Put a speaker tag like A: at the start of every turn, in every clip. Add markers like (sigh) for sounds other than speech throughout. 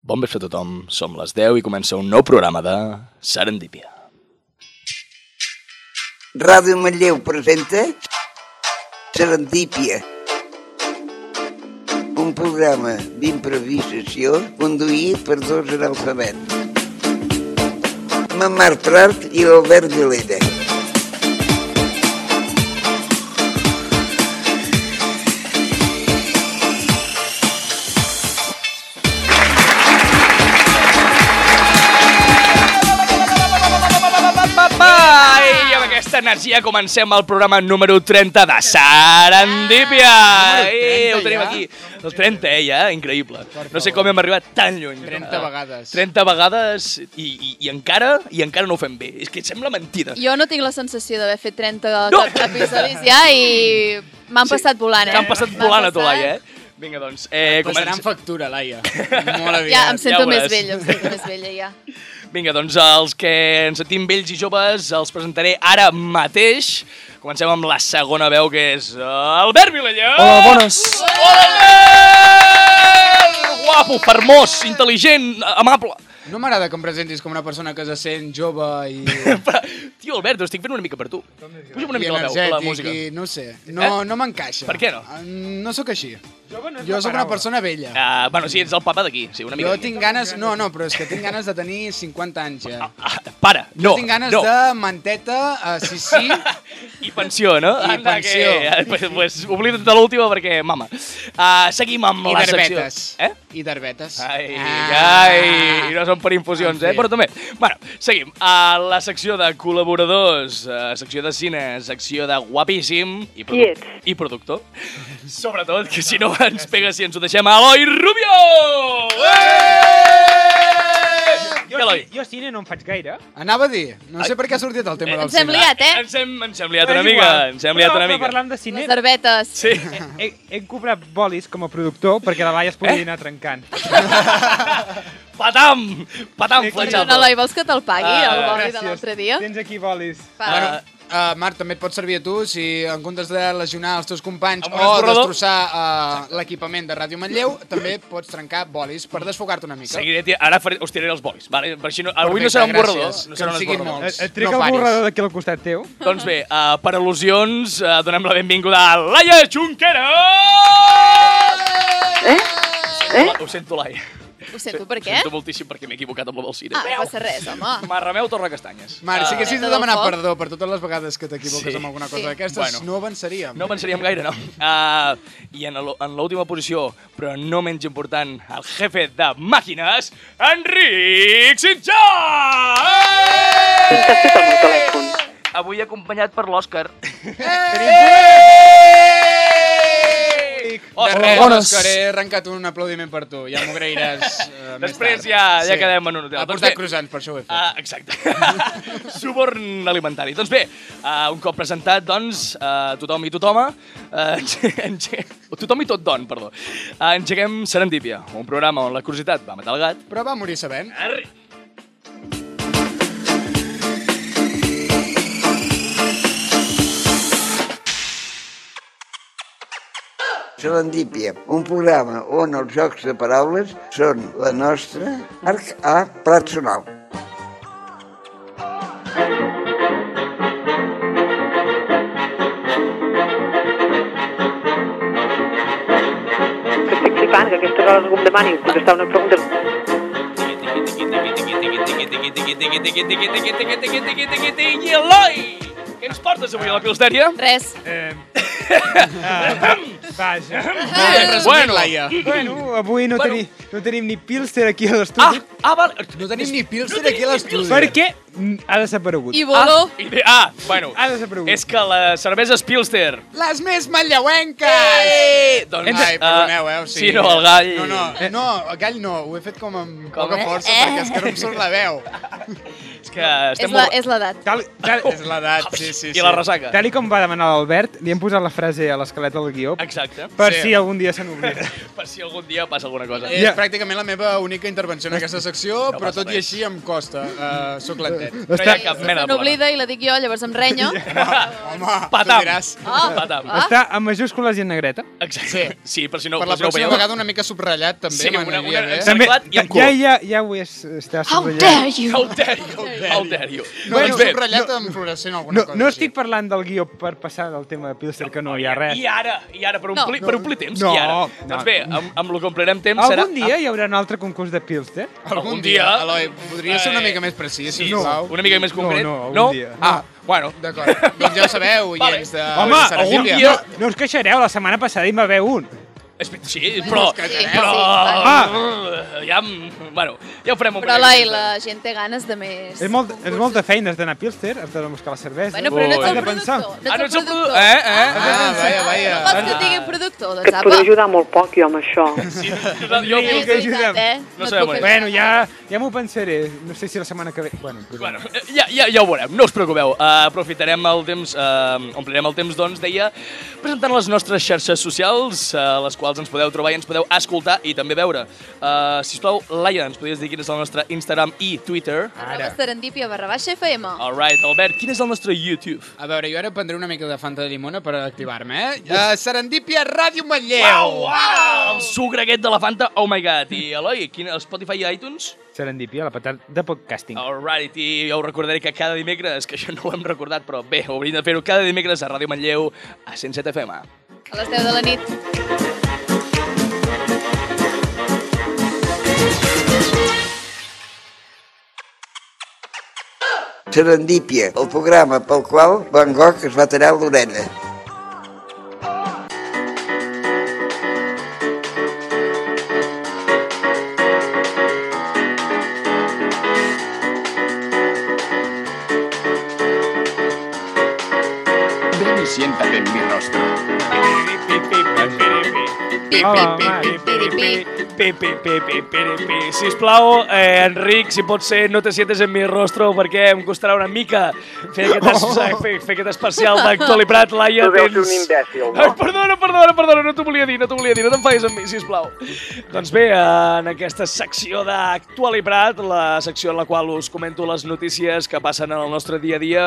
A: Bon vespre a tothom, som les 10 i comença un nou programa de Serendípia.
B: Ràdio Manlleu presenta Serendípia. Un programa d'improvisació conduït per dos analfabets. Mamar Prat i l'Albert Vilera.
A: I amb aquesta energia comencem el programa número 30 de Serendípia. Ei, ho tenim aquí. El 30, eh, ja, increïble. No sé com hem arribat tan lluny.
C: 30 vegades.
A: 30 vegades i, i, i encara i encara no ho fem bé. És que sembla mentida.
D: Jo no tinc la sensació d'haver fet 30
A: No!
D: no. episodis ja i m'han
A: Sí,
D: sí. passat volant, eh?
A: T'han passat
D: M'han
A: volant a tu,
D: passat-
A: Laia, eh? Vinga, doncs, eh,
C: Passarà
A: comencem.
C: en factura,
A: (laughs)
C: Laia. Molt aviat.
D: Ja, em sento
A: ho
D: més
A: veuràs.
D: vella, em sento més vella,
A: (laughs)
D: ja.
A: Vinga, doncs els que ens sentim vells i joves els presentaré ara mateix. Comencem amb la segona veu, que és Albert Vilallà. Hola, bones. Hola, Albert! Guapo, fermós, intel·ligent, amable.
C: No m'agrada que em presentis com una persona que se sent jove i,
A: Però, Tio, Albert, ho estic fent una mica per tu. Puja'm (laughs) una
C: i
A: mica la veu, la
C: energètic
A: música.
C: i no ho sé. No,
A: Eh?
C: no m'encaixa.
A: Per què no?
C: Mm, No sóc així. Jo sóc una persona vella.
A: Uh, bueno, sí, ets el papa d'aquí, sí, una mica.
C: Jo tinc ganes... No, no, però és que tinc ganes de tenir 50 anys ja.
A: Ah, para, no,
C: Jo tinc ganes
A: no.
C: de manteta, a sí, sí,
A: (laughs) I pensió, no?
C: I pensió.
A: Que, (laughs) pues, pues, oblida't de l'última perquè, mama. Uh, seguim amb
C: i
A: la
C: darbetes.
A: secció. Eh?
C: I darbetes.
A: Ai,
C: Ah.
A: ai, no són per infusions,
C: En fi.
A: eh? Però també. Bueno, seguim. A la secció de col·laboradors, eh, secció de cine, secció de guapíssim i,
E: Qui ets?
A: i productor. Sobretot, que si no ens pega si ens ho deixem a Eloi Rubio!
F: Jo,
A: Què, Eh! Eloi?
F: ci- Eh! jo cine no en faig gaire.
C: Anava a dir, no sé per què ha sortit el tema
A: Eh,
C: del
D: Ens hem
C: cine.
D: liat, eh?
A: Ens hem, ens hem liat
F: Però
A: una
F: és
A: mica,
F: igual.
A: ens hem liat
F: Però,
A: una
F: però
A: mica.
F: Parlant de cine, eh,
D: Les arbetes.
A: Sí.
F: (laughs) he, he comprat bolis com a productor perquè la Laia es pugui
A: Eh?
F: anar trencant.
A: Patam! Patam,
F: Sí,
D: Perdona,
A: fletxat.
D: Eloi, vols que te'l pagui,
A: Ah,
D: el boli de
F: Gràcies.
D: l'altre dia?
F: Tens aquí bolis.
D: Va.
C: Bueno, uh, Marc, també et pot servir a tu si en comptes de lesionar els teus companys
A: Amb un
C: o
A: esborrador.
C: destrossar uh, l'equipament de Ràdio Manlleu, també pots trencar bolis per desfogar-te una mica.
A: Seguiré, tia, ara faré, us tiraré els bolis, vale? Per així no, avui no
C: Perfecte,
A: serà un borrador.
C: gràcies.
A: No
C: Que
A: serà
C: en
A: un
C: siguin
A: esborrador.
C: molts. Bolis.
F: Et, et trec
C: No
F: el
C: paris.
F: borrador d'aquí al costat teu.
A: Doncs bé, uh, per al·lusions, uh, donem la benvinguda a Laia Junquera! Eh? Eh? Ho sento, Laia.
D: Ho sento, per
A: Ho
D: què?
A: sento moltíssim perquè m'he equivocat amb la del cine.
D: Ah, no passa res,
A: (laughs)
D: home.
A: Marrameu Eh, Torre Castanyes.
C: Marc, si haguessis de demanar
D: Foc.
C: perdó per totes les vegades que t'equivoques
A: Ah. Sí.
C: amb alguna cosa
D: Sí.
C: d'aquestes,
A: Bueno.
C: no avançaríem.
A: No pensaríem gaire, no? Uh, I en el- en l'última posició, però no menys important, el jefe de màquines, Enric Sitjà! Avui acompanyat per l'Òscar.
C: De
A: Òscar,
C: res,
A: bones.
C: Òscar, eh? he arrencat un aplaudiment per tu. Ja m'ho agrairàs
A: (laughs)
C: eh, més
A: Després
C: tard.
A: ja- ja quedem en un hotel.
C: Ha
A: Doncs
C: portat
A: bé.
C: croissants, per això ho he fet.
A: Ah, exacte. (laughs) Suborn alimentari. Doncs bé, uh, un cop presentat, doncs, uh, tothom i tothom, uh, tothom i tot don, perdó, uh, engeguem Serendípia, un programa on la curiositat va matar el gat.
C: Però va morir sabent.
A: Arri.
B: Serendípia, un programa on els jocs de paraules són la nostra arc a Prat Sonal.
G: que estic flipant, que a aquestes hores algú em demani contestar una pregunta.
H: Doncs
A: I Eloi, què ens portes avui a la Pilsdèria?
D: Res.
F: Eh,
A: (laughs)
F: ah, vaja.
C: Resumint,
A: bueno.
C: Laia.
F: Bueno, avui
A: Bueno.
F: no, bueno. Teni, no tenim ni Pilster aquí a
A: Ah,
F: l'estudi.
A: ah, val.
C: No tenim ni Pilsen aquí a l'estudi.
F: Perquè mm, ha desaparegut.
D: I
A: Ah,
D: bolo.
A: i de- ah, bueno,
F: Ha desaparegut.
A: és que la cervesa és Pilster.
C: Les més manlleuenques!
A: Eh, doncs,
C: Ai, perdoneu, eh? O
A: sí,
C: sigui,
A: no, el gall...
C: No, no, no, el gall no, ho he fet com amb
A: Com,
C: poca
A: eh?
C: força perquè és que no em surt la veu.
A: És que estem
D: És la-
A: molt-
D: és l'edat.
F: Tal, tal,
A: Oh.
C: És l'edat, sí, sí, sí.
A: I la ressaca.
F: tal i com va demanar l'Albert, li hem posat la frase a l'esquelet del guió
A: Exacte.
F: per
C: Sí.
F: si algun dia se n'oblida.
A: Per si algun dia passa alguna cosa.
C: És
F: Ja.
C: pràcticament la meva única intervenció en aquesta secció, però tot i així em costa. Uh, soc
A: (laughs)
C: lentet.
A: No hi ha cap mena de problema.
D: N'oblida i la dic jo, llavors em
A: (laughs)
D: renyo.
C: Home, tu
A: Patam.
C: diràs.
D: Ah,
A: Patam.
D: ah.
F: Està en majúscules i en negreta.
A: Exacte. Sí. sí, per si no,
C: Per la
A: si no ho
C: pròxima
A: veieu.
C: vegada una mica subratllat, també,
A: Sí,
C: sí,
A: una-
C: m'aniria
A: una-
C: bé.
A: També- Arreglat i en cul.
F: ja, ja, ja ho és, està
D: How
F: subratllat.
D: dare you!
A: How dare you, how dare you.
C: No,
A: Doncs
C: bueno,
A: bé,
C: subratllat amb fluorescent o alguna
F: No,
C: cosa
F: no
C: així.
F: estic parlant del guió per passar del tema de Pilster, que no hi ha res.
A: I ara, i ara, per omplir, per omplir temps,
F: No,
A: i ara.
F: no.
A: Doncs bé, amb, amb el que omplirem temps serà... ah.
F: Algun dia hi haurà un altre concurs de Pilster?
A: Algun dia.
C: Eloi, podria ser una
A: Eh,
C: mica més precís,
A: Sí,
C: sisplau?
A: una mica més concret.
F: no, algun dia.
A: Ah, bueno.
C: D'acord. Doncs ja ho sabeu, oients de
F: Home, algun
C: Serendipia.
A: dia-
F: No us queixareu, la setmana passada hi va haver un.
A: Espe- Sí, però...
D: Sí, sí,
A: però...
D: sí,
A: Ah. Ja, em- bueno, ja ho farem un
D: Però,
A: parell
D: Eloi,
A: de-
D: la gent té ganes de més.
F: És, molt, és molta feina, has d'anar a Pilster, has d'anar a buscar la cervesa.
D: Bueno, però no ets
A: Ui.
D: el
F: Has de pensar.
D: productor.
A: Ah, no ets el
D: productor.
A: productor. Eh, eh.
C: Ah, vaja,
D: No
C: vaja.
D: vols que et digui productor,
G: Que
D: doncs
G: et podré
D: apa.
G: ajudar molt poc, jo, amb això.
A: Sí, nosaltres- jo,
D: És
F: que
D: veritat,
F: ajudem.
D: eh?
A: No sabem on
D: et puc
A: és.
D: ajudar.
F: Bueno, ja, ja m'ho pensaré. No sé si la setmana que ve... Bueno, però...
A: Bueno, eh, ja, ja, ja ho veurem, no us preocupeu. Uh, aprofitarem el temps, uh, omplirem el temps, doncs, deia, presentant les nostres xarxes socials, a uh, les quals ens podeu trobar i ens podeu escoltar i també veure. Uh, sisplau, Laia, ens podries dir quin és el nostre Instagram i Twitter?
D: Arroba serendipia barra baixa FM.
A: All right, Albert, quin és el nostre YouTube?
C: A veure, jo ara prendré una mica de Fanta de Llimona per activar-me, eh? Uh, Serendipia Ràdio Manlleu!
A: Uau! El sucre aquest de la Fanta, oh my god. I Eloi, quin, Spotify i iTunes?
F: Serendipia, la patat de podcasting.
A: Alright, i ja us recordaré que cada dimecres, que això no ho hem recordat, però bé, ho hauríem de fer-ho cada dimecres a Ràdio Manlleu, a 107 FM.
D: A les 10 de la nit.
B: Serendípia, el programa pel qual Van Gogh es va tallar l'orella.
E: Ven y siéntate en mi rostro.
D: Pi, pi,
F: Hola,
D: pi, pi,
F: Marc.
D: pi, pi.
A: Sisplau, eh, Enric, si pot ser, no te sientes en mi rostro perquè em costarà una mica fer aquest, fer, fer aquest especial d'actual i Prat, Laia,
G: Tu deus ser un imbècil, no?
A: Ai, perdona, perdona, perdona, no t'ho volia dir, no t'ho volia dir, no te'n facis amb mi, sisplau. Doncs bé, en aquesta secció d'actualitat, la secció en la qual us comento les notícies que passen en el nostre dia a dia,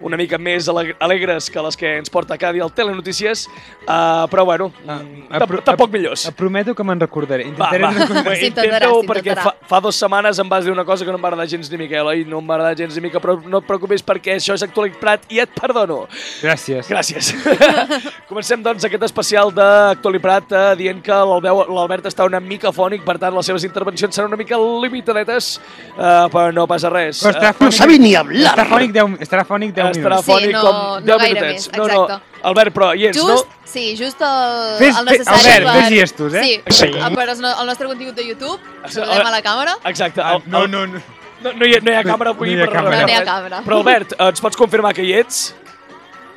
A: una mica més ale- alegres que les que ens porta cada dia el Telenotícies, uh, però bueno, mm,
F: Ah, Apro-
A: tamp- tampoc millors.
F: Et prometo que me'n recordaré.
A: Va,
F: Intentaré
A: va,
F: recordar.
A: Bé,
D: S'intentarà,
A: intenta-ho
D: s'intentarà.
A: perquè fa, fa dues setmanes em vas dir una cosa que no em va agradar gens ni mica, Eloi, no em va agradar gens ni mica, però no et preocupis perquè això és Actualitat Prat i et perdono.
F: Gràcies.
A: Gràcies. (laughs) Comencem, doncs, aquest especial d'Actuali Prat eh, dient que l'Albeu- l'Albert està una mica fònic, per tant, les seves intervencions seran una mica limitades, eh, però no passa res.
F: Però estarà
A: Eh,
F: fònic, no sabe ni hablar. Estarà fònic 10, estarà fònic 10
A: estarà
F: minuts.
A: fònic
D: Sí, no-
A: com
D: no
A: 10
D: gaire
A: minutets.
D: més,
A: no, no.
D: exacte.
A: Albert, però hi ets,
D: Just,
A: no?
D: sí, just el,
F: Fes-
D: el necessari
F: fes- Albert,
D: per...
F: fes gestos, eh?
D: Sí,
A: Sí.
D: sí. per el, el nostre contingut de YouTube, saludem
A: eh,
D: a la càmera.
A: Exacte.
F: Ah,
A: el-
F: no,
A: el-
F: no, no.
A: Oh, No, no, hi ha, no hi ha càmera
F: No
A: avui.
F: hi ha
A: per-
F: càmera.
D: No hi ha càmera.
A: Però, Albert, eh, ens pots confirmar que hi ets?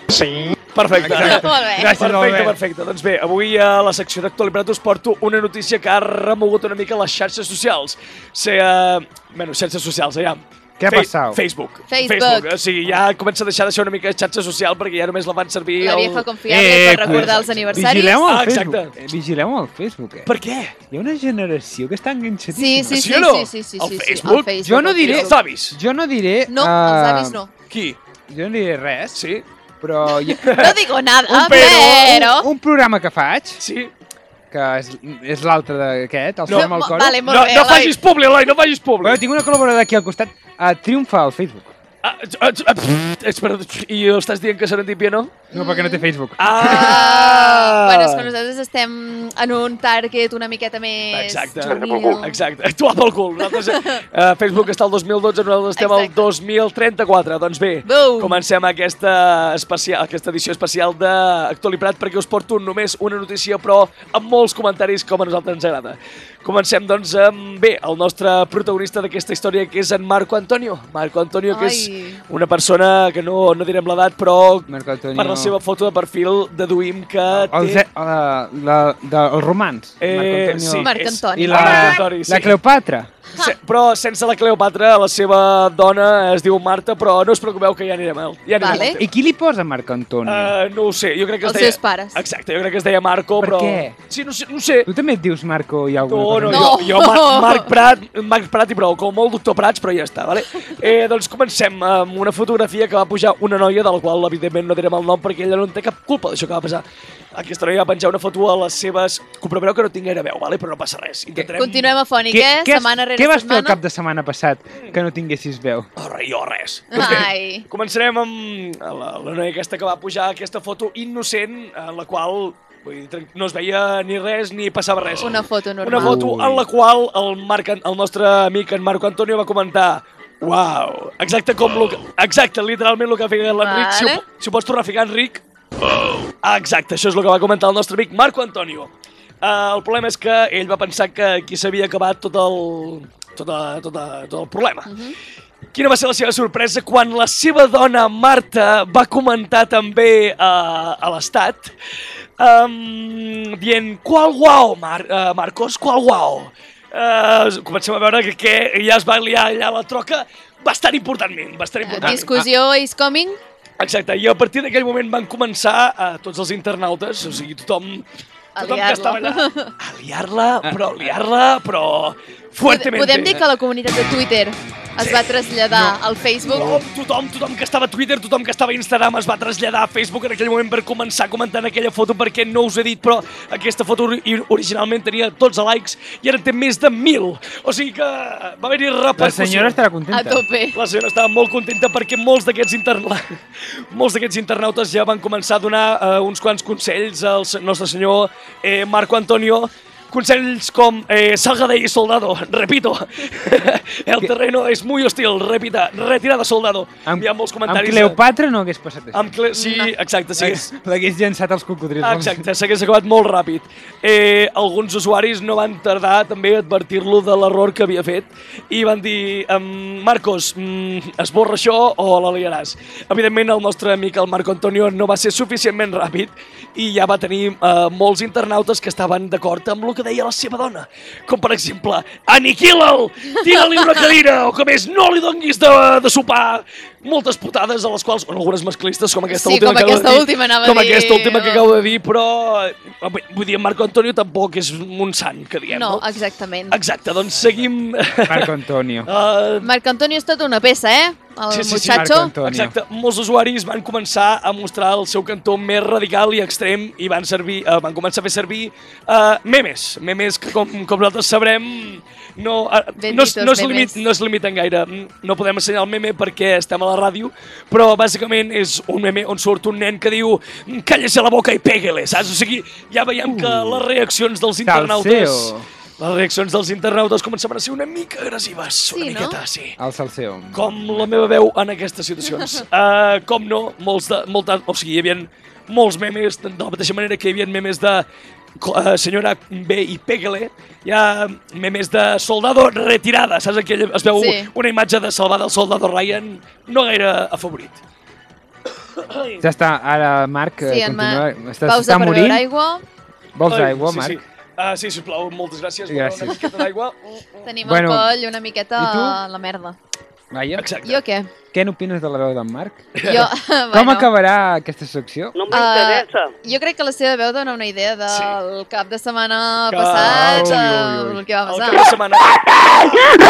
A: Sí. Perfecte.
D: Molt bé.
F: Gràcies,
A: Perfecte,
F: Albert.
A: perfecte. Doncs bé, avui a la secció d'actualitat us porto una notícia que ha remogut una mica les xarxes socials. Se, uh, bueno, xarxes socials, allà.
F: Què ha
A: Fe-
F: passat?
A: Facebook.
D: Facebook.
A: O sigui, ja comença a deixar de ser una mica xarxa social perquè ja només la van servir...
D: La vieja confiable per recordar els aniversaris.
F: Eh, Vigileu amb el
A: Ah, exacte.
F: Facebook. Eh, Vigileu amb el Facebook, eh?
A: Per què?
F: Hi ha una generació que està
D: Sí, sí,
F: enganxadíssima.
D: sí,
A: Sí o no?
D: sí, sí, sí,
A: El
D: sí, sí,
A: Facebook?
D: el Facebook.
F: Jo no
D: el
F: diré-
A: Els
D: Facebook.
A: avis.
F: Jo no diré...
D: No, els
F: eh,
D: avis no.
A: Qui?
F: Jo no diré res,
A: Sí?
F: però... Hi
A: (laughs)
F: ha...
D: No digo nada,
F: un,
D: Ah, però...
F: un, un programa que faig,
A: Sí? que
F: que és, és l'altre d'aquest, el
A: No.
F: no, Som al
D: Mo-
F: Coro.
D: Vale, molt
A: no,
D: bé,
A: no
D: Eloi.
A: facis publi, Eloi, no facis publi.
F: Bueno, tinc una col·laboradora aquí al costat. Uh, triomfa al Facebook.
A: Ah, ah, ah, pff, espera, pff, I ho estàs dient que serendipia, no?
F: No, perquè
D: Mm.
F: no té Facebook.
A: Ah!
D: Ah! Bueno, és que nosaltres estem en un target una miqueta més...
A: Exacte.
D: juvenil.
A: Exacte, (laughs) tu amb el cul. Nosaltres, eh, Facebook està al 2012, nosaltres estem al
D: Exacte.
A: 2034. Doncs bé,
D: Boom.
A: comencem aquesta, especial, aquesta edició especial d'Actual i Prat perquè us porto només una notícia, però amb molts comentaris com a nosaltres ens agrada. Comencem, doncs, amb, bé, el nostre protagonista d'aquesta història, que és en Marco Antonio. Marco Antonio, que
D: Ai.
A: és una persona que no, no direm l'edat, però
F: Marco Antonio.
A: per la seva foto de perfil deduïm que
F: El,
A: té...
F: ze- Eh, la, la, de, els romans.
A: Eh,
F: Marco Antonio.
A: sí.
D: Marc
A: és-
D: Antoni.
F: I la,
A: Marco Antoni,
F: la
A: sí.
F: Cleopatra.
A: Se, però sense la Cleopatra, la seva dona es diu Marta, però no us preocupeu que ja anirem al... Ja anirem
D: Vale.
A: al
F: I
A: tema.
F: qui li posa Marc Antonio? Uh...
A: Eh, no ho sé, jo crec que es
D: Els
A: deia...
D: seus pares.
A: Exacte, jo crec que es deia Marco,
F: Per
A: però...
F: què?
A: Sí, no, sé- no ho sé.
F: Tu també et dius Marco i alguna
A: No, no,
F: cosa?
A: no.
D: No.
A: jo, jo Marc, Marc Prat, Marc Prat i prou, com molt doctor Prats, però ja està, vale? Eh, doncs comencem amb una fotografia que va pujar una noia, de la qual, evidentment, no direm el nom perquè ella no en té cap culpa d'això que va passar. Aquesta noia va penjar una foto a les seves... Comprovareu que no tinc gaire veu, vale? però no passa res. Intentarem...
D: Continuem afònic, eh? Setmana rere
F: què vas fer
D: setmana.
F: el cap de setmana passat que no tinguessis veu?
A: Oh, re, jo
D: (laughs)
A: res.
F: (laughs)
D: Ai.
A: Començarem amb eh, la, la noia aquesta que va pujar aquesta foto innocent, en la qual vull dir, tran- no es veia ni res ni passava res.
D: Una foto normal.
A: Una foto en la qual el, Marc, An- el nostre amic en Marco Antonio va comentar Uau, exacte com lo que, exacte, literalment el que feia l'Enric, si, ho,
D: Vale.
A: po- si ho pots tornar a ficar, Enric. Ah, Exacte, això és el que va comentar el nostre amic Marco Antonio. Uh, el problema és que ell va pensar que aquí s'havia acabat tot el, tot, el, tot, el, tot el problema.
D: Mhm.
A: Quina va ser la seva sorpresa quan la seva dona, Marta, va comentar també uh, a l'Estat um, dient «Qual guau, Mar uh, Marcos, qual guau!» uh, Comencem a veure que, que ja es va liar allà la troca bastant importantment, bastant
D: Eh,
A: importantment.
D: Discussió is coming.
A: Exacte, i a partir d'aquell moment van començar eh, tots els internautes, o sigui, tothom...
D: A
A: Tothom que
D: liar-la.
A: estava
D: (laughs)
A: allà, a liar-la, però a liar-la, però fuertemente.
D: Podem dir que la comunitat de Twitter es va traslladar al Facebook.
A: Tothom, tothom, tothom que estava a Twitter, tothom que estava a Instagram es va traslladar a Facebook en aquell moment per començar comentant aquella foto perquè no us he dit, però aquesta foto ori- originalment tenia 12 likes i ara en té més de 1.000. O sigui que va haver-hi
F: La
A: repercussió.
F: senyora
D: A
F: estarà contenta.
D: tope.
A: La senyora estava molt contenta perquè molts d'aquests interna... (laughs) molts d'aquests internautes ja van començar a donar eh, uns quants consells al se- nostre senyor eh, Marco Antonio. Consells com eh, salga de ahí, soldado, (laughs) repito. El terreno es muy hostil, repita, retirada, soldado. Amb, Hi ha molts comentaris. eh?
F: Amb Cleopatra no hagués passat això.
A: Amb Cle... Sí, exacte, sí.
F: L'hagués- L'hagués llançat als cocodrils.
A: Exacte, s'hagués acabat molt ràpid. Eh, alguns usuaris no van tardar també a advertir-lo de l'error que havia fet i van dir, um, Marcos, mm, esborra això o la liaràs. Evidentment, el nostre amic, el Marco Antonio, no va ser suficientment ràpid i ja va tenir eh, molts internautes que estaven d'acord amb el que deia la seva dona. Com, per exemple, aniquila'l, tira-li una cadira, o que més, no li donguis de, de sopar. Moltes putades a les quals, o algunes masclistes, com aquesta
D: Sí,
A: última
D: com
A: que acabo de
D: aquesta
A: dir,
D: última anava a
A: com
D: dir.
A: aquesta última que acabo acabo de dir, però... eh, vull- Vull dir, Marco Antonio tampoc és un sant, que diguem,
D: No,
A: no?
D: exactament.
A: Exacte, doncs seguim... (laughs)
F: Marco Antonio.
A: Uh,
D: Marc Antonio és tota una peça, eh? El
A: Sí, sí, sí,
D: muchacho.
F: Marc Antonio.
A: exacte, molts usuaris van començar a mostrar el seu cantó més radical i extrem i van servir, uh, van començar a fer servir uh, memes, memes que com, com nosaltres sabrem no, uh, no, es-
D: Benditos
A: no, es
D: memes.
A: limit, no es limiten gaire. Mm, No podem ensenyar el meme perquè estem a la ràdio, però bàsicament és un meme on surt un nen que diu calla-se la boca i pégale, saps? O sigui, ja veiem que les reaccions dels internautes...
F: Salseo.
A: Les reaccions dels internautes començaven a ser una mica agressives, una
D: Sí, no?
A: miqueta, sí
F: El salseo.
A: com la meva veu en aquestes situacions. Uh, com no, molts de, molta, o sigui, hi havia molts memes, de la mateixa manera que hi havia memes de uh, senyora B i Pégale, hi ha memes de soldado retirada, saps? Aquell, es veu sí.
D: Sí.
A: una imatge de salvar del soldado Ryan no gaire afavorit.
F: Ja està, ara Marc
D: Sí,
F: eh,
D: en
F: continua.
D: Marc.
F: Està,
D: Pausa
F: està
D: per
F: morint.
D: beure aigua.
F: Vols
A: Ai,
F: aigua,
A: sí,
F: Marc?
A: Sí. Uh, sí, sisplau, moltes gràcies. Voleu
F: Gràcies.
A: Una miqueta d'aigua.
D: Tenim
F: Bueno,
D: bueno, el coll una miqueta
F: i tu?
D: a la merda.
F: Vaia,
A: Exacte.
D: Jo què?
F: què n'opines de la veu d'en Marc?
D: Jo,
F: (laughs)
D: (laughs)
F: Com acabarà aquesta secció?
G: No
D: Ah,
G: m'interessa.
H: Eh,
D: jo crec que la seva veu dona una idea del cap de setmana
A: Que-
D: passat,
A: Ui,
F: ui, ui.
D: el que
A: El
D: va
A: cap de
D: passar.
A: setmana...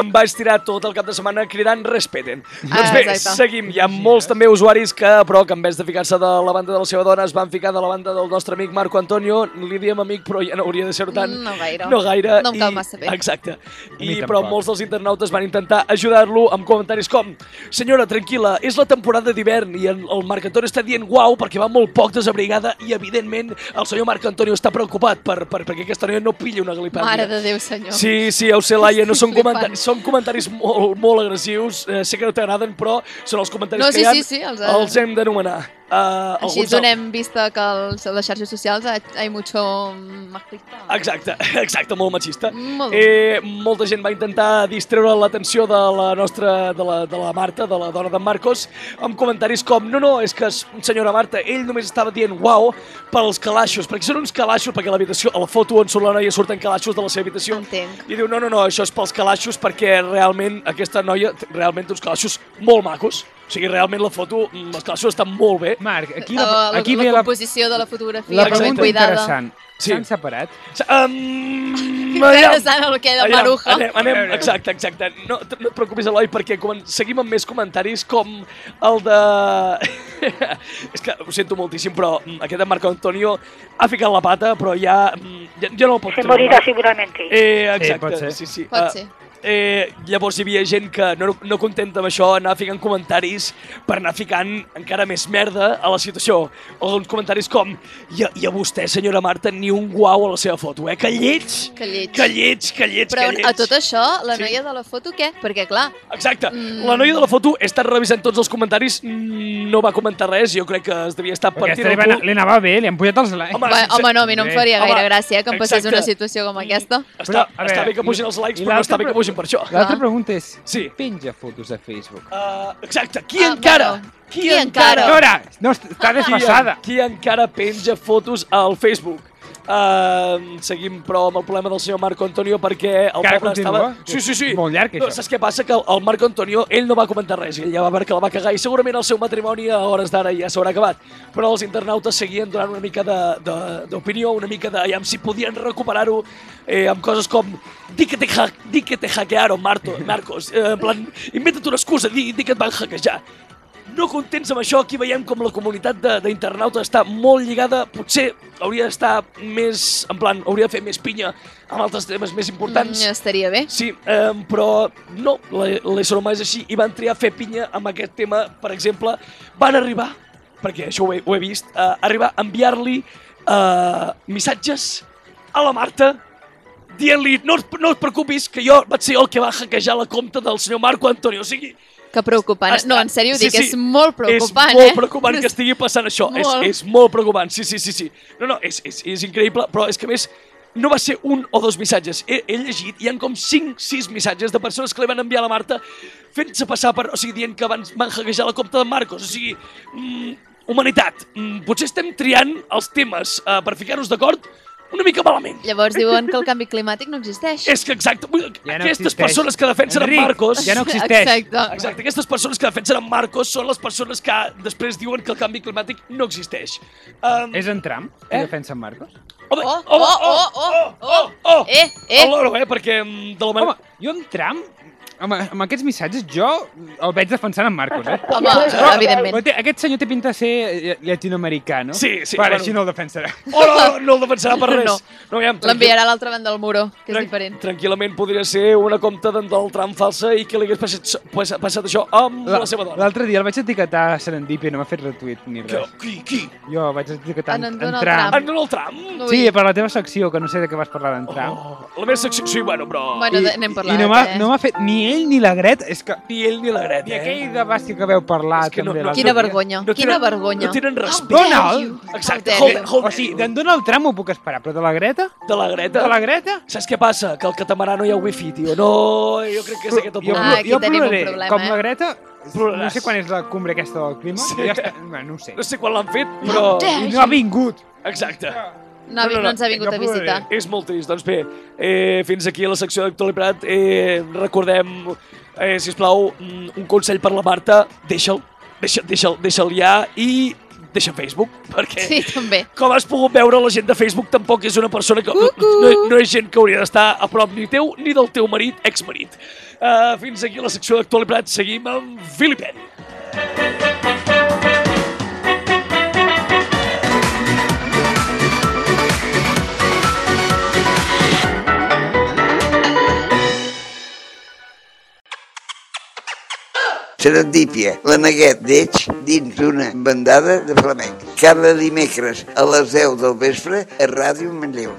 A: em vaig tirar tot el cap de setmana cridant respeten. Ah, doncs bé,
D: exacte.
A: seguim. Hi ha molts també usuaris que, però que en vez de ficar-se de la banda de la seva dona, es van ficar de la banda del nostre amic Marco Antonio. Li diem amic, però ja no hauria de ser tant.
D: Mm, No gaire.
A: No gaire.
D: No em cau massa bé.
A: Exacte.
F: A mi
A: I, però
F: tampoc.
A: molts dels internautes van intentar ajudar-lo amb comentaris com Senyora, tranquil·la, és la temporada d'hivern i en- el Marc Antonio està dient guau perquè va molt poc desabrigada i, evidentment, el senyor Marc Antonio està preocupat per, per, perquè aquesta noia no pilla una glipàdia.
D: Mare de Déu, senyor.
A: Sí, sí, ja ho sé, Laia, no són,
D: Estic (laughs) flipant.
A: comentaris, són comentaris molt, molt agressius, eh, sé que no t'agraden, però són els comentaris
D: No,
A: que
D: sí,
A: hi ha,
D: sí, sí, els- eh,
A: els hem d'anomenar. Uh,
D: Així donem vista que els, les xarxes socials hay mucho machista.
A: Exacte, (laughs) exacte, molt machista.
D: Molt.
A: Eh, molta gent va intentar distreure l'atenció de la nostra, de la, de la Marta, de la dona d'en Marcos, amb comentaris com, no, no, és que, s- senyora Marta, ell només estava dient uau pels calaixos, perquè són uns calaixos, perquè a l'habitació, a la foto on surt la noia surten calaixos de la seva habitació.
D: Entenc.
A: I diu, no, no, no, això és pels calaixos perquè realment aquesta noia té- realment té uns calaixos molt macos. O sigui, realment la foto, mm, els calaixos estan molt bé.
F: Marc, aquí,
D: la,
F: la,
D: la,
F: Eh, aquí
D: la,
F: ve la,
D: composició de la fotografia,
F: la
D: com ben
F: pregunta
D: cuidada.
F: interessant.
A: Sí.
F: S'han separat?
A: Um,
D: Interessant el que de
A: Aviam,
D: Maruja.
A: Anem, anem, exacte, exacte. No, t- no et preocupis, Eloi, perquè comen seguim amb més comentaris com el de... (laughs) és que ho sento moltíssim, però mm, aquest de Marco Antonio ha ficat la pata, però ja, mm, ja, ja no el pot
H: Se
A: treure.
H: morirá seguramente.
A: Eh,
F: Sí, pot
A: exacte,
F: ser.
A: sí, sí.
D: Pot
A: Ah,
D: ser.
A: eh, llavors hi havia gent que no, no contenta amb això anava ficant comentaris per anar ficant encara més merda a la situació. O uns comentaris com i a, i a vostè, senyora Marta, ni un guau a la seva foto, eh? Que lleig!
D: Que lleig.
A: Que lleig, que lleig,
D: Però
A: que lleig.
D: a tot això, la
A: Sí.
D: noia de la foto què? Perquè, clar,
A: Exacte.
D: Mm.
A: La noia de la foto he estat revisant tots els comentaris, mm, no va comentar res, jo crec que es devia estar
F: Perquè
A: partint
F: aquesta
A: el
F: li, va,
A: cul.
F: li anava bé, li han pujat els likes.
A: Home,
D: home,
A: sense-
D: home no, a mi no em
F: Bé.
D: faria gaire
A: Home,
D: gràcia que em passés
A: exacte.
D: una situació com aquesta.
A: Està,
F: Mm. Però, a
A: està
F: veure,
A: bé que pugin
F: i-
A: els likes,
F: i
A: però no
F: l'altra
A: està bé que
F: pre-
A: pugin per això.
F: L'altra
D: Ah.
F: pregunta és,
A: Sí.
F: penja fotos a Facebook?
A: Uh, exacte, qui
D: Ah,
A: encara?
D: bueno. Qui encara?
F: Nora, no, està
A: Qui, en-
F: desfasada.
A: qui encara penja fotos al Facebook? Uh, seguim, però, amb el problema del senyor Marco Antonio perquè el pobre
F: Encara continua?
A: estava... Sí, sí, sí.
F: Molt llarg,
A: No,
F: això.
A: saps què passa? Que el Marco Antonio, ell no va comentar res, ell ja va veure que la va cagar i segurament el seu matrimoni a hores d'ara ja s'haurà acabat. Però els internautes seguien donant una mica de- de- d'opinió, una mica de... Ja, si podien recuperar-ho eh, amb coses com di que te, ha di que te hackearon, Marto, Marcos. Eh, en plan, inventa't una excusa, di, di que et van hackejar. No contents amb això, aquí veiem com la comunitat de- d'internautes està molt lligada. Potser hauria d'estar més... En plan, hauria de fer més pinya amb altres temes més importants.
D: Mm, estaria bé.
A: Sí, eh, però no, l'e- l'ésser humà és així i van triar fer pinya amb aquest tema, per exemple, van arribar, perquè això ho he, ho he vist, eh, arribar a enviar-li eh, missatges a la Marta dient-li, no, et- no et preocupis, que jo vaig ser jo el que va hackejar la compta del senyor Marco Antonio, o sigui...
D: Que preocupant.
A: està-
D: No, en sèrio,
A: sí,
D: dic,
A: sí,
D: és molt preocupant,
A: És molt
D: eh?
A: preocupant que estigui passant això, és,
D: Molt.
A: és molt preocupant, sí, sí, sí, sí. No, no, és, és, és increïble, però és que a més no va ser un o dos missatges. He, he llegit, hi han com 5-6 missatges de persones que li van enviar a la Marta fent-se passar per... O sigui, dient que van, van hackejar la compta de Marcos. O sigui, mm, humanitat, mm, potser estem triant els temes eh, per ficar-nos d'acord una mica malament.
D: Llavors diuen que el canvi climàtic no existeix.
A: És que exacte, vull dir,
F: Ja no
A: aquestes
F: existeix.
A: persones que defensen en
F: Enric,
A: Marcos...
F: ja no existeix.
D: Ah, Exacte.
A: Exacte, aquestes persones que defensen en Marcos són les persones que després diuen que el canvi climàtic no existeix. Um,
F: És en Trump, que
A: Eh?
F: defensa en Marcos?
A: home,
D: Oh, oh, oh, oh, oh,
A: oh,
D: Eh, eh.
A: Alhora, eh, perquè mm, de la
F: Home,
A: manera...
F: jo en Trump, amb, amb aquests missatges, jo el veig defensant en Marcos, eh?
D: Home, evidentment.
F: Però té- Aquest senyor té pinta de ser eh, llatinoamericà, no?
A: Sí, sí, bueno.
F: Vale, bueno. així no el defensarà.
A: Oh, no,
D: (laughs)
A: no el defensarà per res.
D: No.
A: no ja, em-
D: L'enviarà a l'altra banda del muro, que és
A: Tran-
D: diferent.
A: Tranquil·lament podria ser una compta d'en Donald Trump falsa i que li hagués passat, pas- passat això amb la, seva dona.
F: L'altre dia el vaig etiquetar a Serendipia, no m'ha fet retuit ni
A: Que,
F: res.
A: qui, qui?
F: Jo el vaig etiquetar
D: En- en
F: en, en,
D: Donald
F: Trump.
A: En Donald Trump?
D: Ui.
F: Sí, per la teva secció, que no sé de què vas parlar d'en Trump.
A: Oh, la meva secció... Sí, bueno, però...
D: Bueno, Ah, de- n'hem parlat,
F: I no m'ha
D: eh?
F: no m'ha fet ni ell ni la Gret, és que...
A: Ni ell ni la Greta.
F: Ni
A: eh?
F: aquell de bàsquet que veu parlar
A: És que no-
F: també
A: no-
F: l'altre
D: Quina
F: dia.
D: vergonya,
A: No
D: quina
A: tenen-
D: vergonya.
A: no tenen respecte.
D: How dare
F: Donald!
D: you, how
A: Exacte,
D: dare
A: hold-
D: you.
A: hold-
F: O sigui, d'en Donald Trump ho puc esperar, però de la Greta?
A: De la Greta?
F: De la Greta?
A: Saps què passa? Que al catamarà no hi ha wifi, tio. No, jo crec que és aquest el
F: Jo,
A: problema.
D: aquí
F: jo
D: tenim un
F: ploraré.
D: problema,
F: Com
D: eh?
F: la Greta,
A: Ploraràs.
F: no sé quan és la cumbre aquesta del clima,
A: Sí.
F: sí. ja està, bueno, no ho sé.
A: No sé quan l'han fet, però...
D: dare
F: I no ha vingut.
A: Exacte.
D: No,
A: No, no,
D: no,
A: no,
D: no ens ha vingut
F: jo
D: a visitar.
F: ploraré.
A: És molt trist. Doncs bé, eh, fins aquí la secció d'actualitat. Eh, recordem, eh, sisplau, mm, un consell per la Marta. Deixa'l. Deixa'l deixa deixa ja i deixa Facebook, perquè...
D: Sí, també.
A: Com has pogut veure, la gent de Facebook tampoc és una persona que... No, no és gent que hauria d'estar a prop ni teu ni del teu marit, exmarit. Uh, fins aquí la secció d'actualitat. Seguim amb Filipen.
B: Serendípia, la neguet d'Eix dins d'una bandada de flamenc. Cada dimecres a les 10 del vespre a Ràdio Manlleu.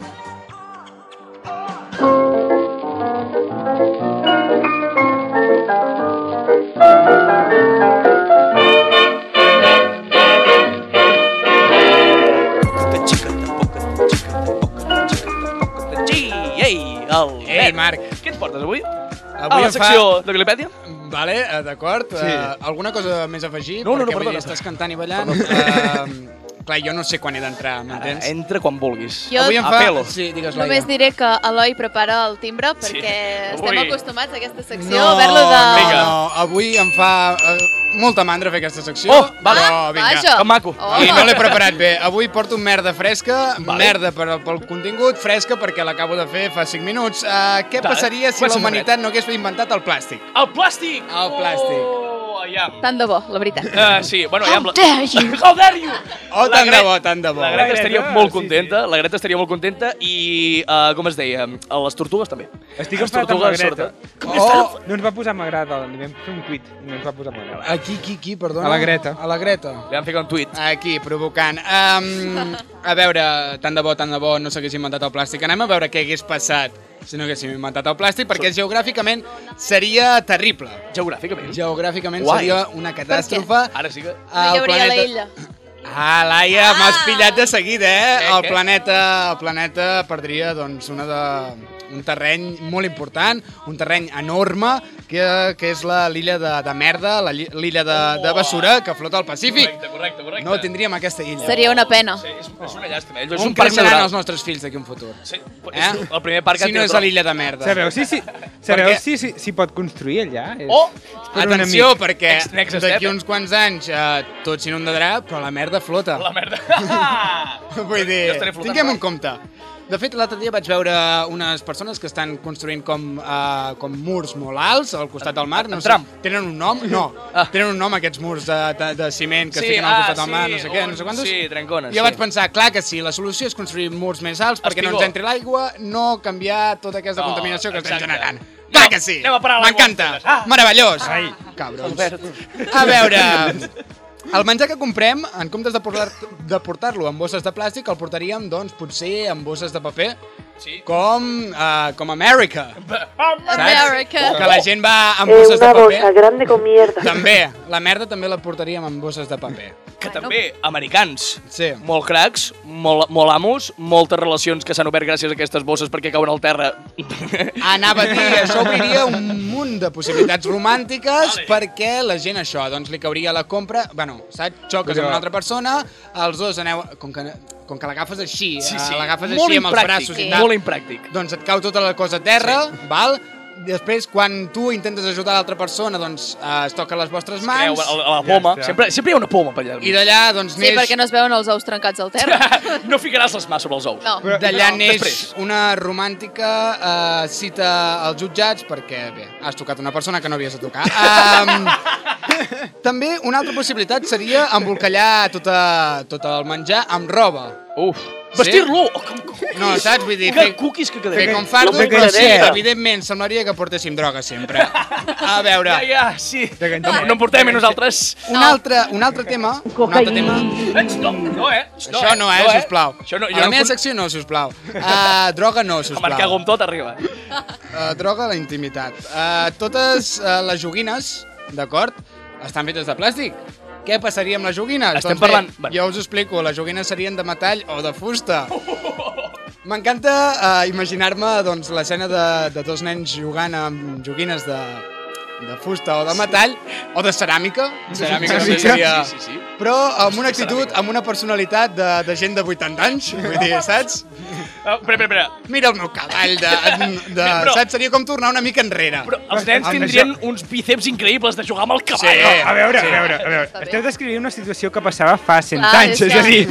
A: Què ens portes avui?
C: Eh,
A: a
C: Avui
A: la
C: em fa-
A: secció de Wikipedia?
C: Vale, eh, d'acord. Sí. Uh, alguna cosa més a afegir?
A: No, no, no,
C: Perquè, vull
A: perdona.
C: dir, Estàs cantant i ballant. Uh, clar, jo no sé quan he d'entrar,
A: Ara,
C: m'entens?
A: entra quan vulguis.
D: Jo-
C: Avui em
A: A
C: fa...
A: pelo.
C: Sí, digues, Laia.
D: Només diré que Eloi prepara el timbre
A: Sí.
D: perquè estem
A: Ui.
D: acostumats a aquesta secció, a haver-lo de...
C: no,
A: Vinga.
C: no, avui em fa uh, molta mandra fer aquesta secció.
A: Oh, vale.
C: Però,
D: Ah,
C: vinga.
D: vaja.
A: Que maco.
D: Home.
C: I no l'he preparat bé. Avui porto merda fresca,
A: Vale.
C: vale. merda per, pel contingut, fresca perquè l'acabo de fer fa 5 minuts. Uh, què
A: Dale,
C: passaria si
A: passa
C: la
A: un
C: humanitat no hagués inventat el plàstic?
A: El plàstic!
C: El plàstic.
A: Oh, aviam.
D: Tant de bo, la veritat.
A: Uh, sí, bueno, aviam...
D: How dare you!
A: How dare you!
C: Oh,
A: La
C: tant de
A: Gre-
C: bo, tant de bo.
A: La Greta estaria
F: Greta,
A: molt
F: sí,
A: contenta, la Greta estaria molt contenta i, uh, com es deia, a les tortugues també.
F: Estic
A: Les
F: enfadat amb la
A: tortugues
F: Greta.
A: surten.
C: Oh,
F: No ens va posar m'agrada, li vam fer un tuit i no ens va posar m'agrada.
C: aquí, aquí, aquí, perdona.
F: A la Greta.
C: A la Greta.
A: Li van ficar un tuit.
C: Aquí, provocant. Um, a veure, tant de bo, tant de bo, no s'hagués inventat el plàstic. Anem a veure què hagués passat si no haguéssim inventat el plàstic, perquè geogràficament seria terrible.
A: Geogràficament.
C: Geogràficament
A: Guai.
C: seria una catàstrofe.
A: Ara sí que...
D: No hi hauria la illa.
C: Ah, Laia,
D: Ah.
C: m'has pillat de seguida, eh?
A: Eh,
C: El
A: què?
C: planeta, el planeta perdria doncs, una de, un terreny molt important, un terreny enorme, que, que és la- l'illa de, de merda, la lli- l'illa de, de bessura, que flota al Pacífic.
A: Correcte, correcte, correcte.
C: No tindríem aquesta illa.
D: Seria una pena.
A: Sí, és, és una llàstima. Ells- És
C: On
A: un parc
C: creixeran
A: natural.
C: els nostres fills d'aquí un futur?
A: Sí,
C: Eh?
A: és el primer parc
C: si no és a
A: natural.
C: l'illa de merda.
F: Sabeu si, si, sabeu
C: Perquè-
F: si, si, si pot construir allà? És,
A: Oh!
F: és per un
C: Atenció,
F: amic.
C: perquè
A: Next- next step,
C: d'aquí
A: eh?
C: uns quants anys eh, tot s'inundarà, però la merda flota.
A: La
C: (laughs)
A: merda.
C: Vull dir,
A: Jo estaré flotant.
C: tinguem en compte. De fet, l'altre dia vaig veure unes persones que estan construint com, uh, com murs molt alts al costat del mar.
A: En
C: No
A: Trump.
C: Sé, tenen un nom? No.
A: Ah.
C: Ah. Tenen un nom aquests murs de, de, de ciment que estiquen al costat del mar, no sé què, no sé quantos.
A: Sí, trencones.
C: I jo vaig pensar, clar que sí, la solució és construir murs més alts perquè no
A: Espigó.
C: ens entri l'aigua, no canviar tota aquesta
A: No,
C: contaminació que estem
A: exacte.
C: generant.
A: Anem-
C: Clar que sí!
A: anem a parar a l'aigua.
C: M'encanta!
A: Ah!
C: Meravellós!
A: Ai.
C: Cabrons.
A: Albert.
C: A veure... El menjar que comprem, en comptes de portar- de portar-lo en bosses de plàstic, el portaríem, doncs, potser en bosses de paper,
A: Sí.
C: com, uh, com America.
A: Oh,
D: America.
C: Que la gent va en
G: Eh,
C: bosses de
G: una bolsa
C: paper.
G: grande con mierda.
C: També, la merda també la portaríem en bosses de paper.
A: Que també, americans.
C: Sí.
A: Molt cracs, molt, molt amos, moltes relacions que s'han obert gràcies a aquestes bosses perquè cauen al terra.
C: Anava
A: (laughs)
C: a dir, això obriria un munt de possibilitats romàntiques
A: Vale.
C: perquè la gent això, doncs li cauria la compra, bueno, saps? Xoques amb
F: Però-
C: una altra persona, els dos aneu, com que, com que l'agafes així,
A: Sí,
C: eh,
A: sí.
C: l'agafes
A: Molt
C: així amb els
A: impràctic,
C: braços i
D: Sí.
C: tal,
A: Molt impràctic.
C: doncs et cau tota la cosa a terra, val? Després, quan tu intentes ajudar l'altra persona, doncs eh, es toquen les vostres
A: Creu,
C: mans
A: a la, a la poma.
F: està.
A: sempre, sempre hi ha una poma per allà.
C: i d'allà doncs
D: Sí,
C: neix...
D: perquè no es veuen els ous trencats al terra.
A: (laughs) no ficaràs les mans sobre els ous.
D: No.
F: Però-
C: D'allà
A: No,
C: neix
A: després.
C: una romàntica uh, cita als jutjats perquè, bé, has tocat una persona que no havies de tocar. Um, també una altra possibilitat seria embolcallar tot, a, tot el menjar amb roba.
A: Uf. Vestir-lo! Oh, com, com,
C: No, saps? Vull dir,
A: que
C: fer,
A: cookies que
C: fer
A: quedem.
C: com fardo,
F: de
C: però sí,
F: ganxera.
C: evidentment semblaria que portéssim droga sempre. A veure,
A: Ja, ja, sí. No,
F: De ganxet.
A: no en portem, eh, nosaltres.
C: un altre, un altre tema... Un altre tema
A: Ets, no, no, eh?
C: això no, eh, sisplau.
A: Això no, jo
C: a la
A: no
C: meva
A: em-
C: secció no, sisplau. Uh, droga no, sisplau.
A: Com et cago amb tot, arriba.
C: Uh, droga a la intimitat. Uh, totes uh, les joguines, d'acord, estan fetes de plàstic. Què passaria amb les joguines? Doncs
A: Estem parlant-
C: Bé,
A: bueno. Oh,
C: jo us ho explico, les joguines serien de metall o de fusta. M'encanta uh, imaginar-me doncs, l'escena de, de dos nens jugant amb joguines de, de fusta o de metall, o de ceràmica,
A: Sí,
C: ceràmica també
A: sí,
C: seria...
A: sí, sí, sí.
C: Però amb una actitud, amb una personalitat de, de gent de 80 anys, vull dir, saps?
A: Ah, Espera, espera, espera.
C: Mira el meu cavall de... de
A: Però-
C: saps? Seria com tornar una mica enrere.
A: Però els nens
F: Amb
A: tindrien uns bíceps increïbles de jugar amb el cavall.
C: Sí.
F: A veure,
C: Sí.
F: a veure, a veure.
D: Està bé.
F: Esteu descrivint una situació que passava fa 100
D: Clar,
F: anys,
D: és
F: és a dir,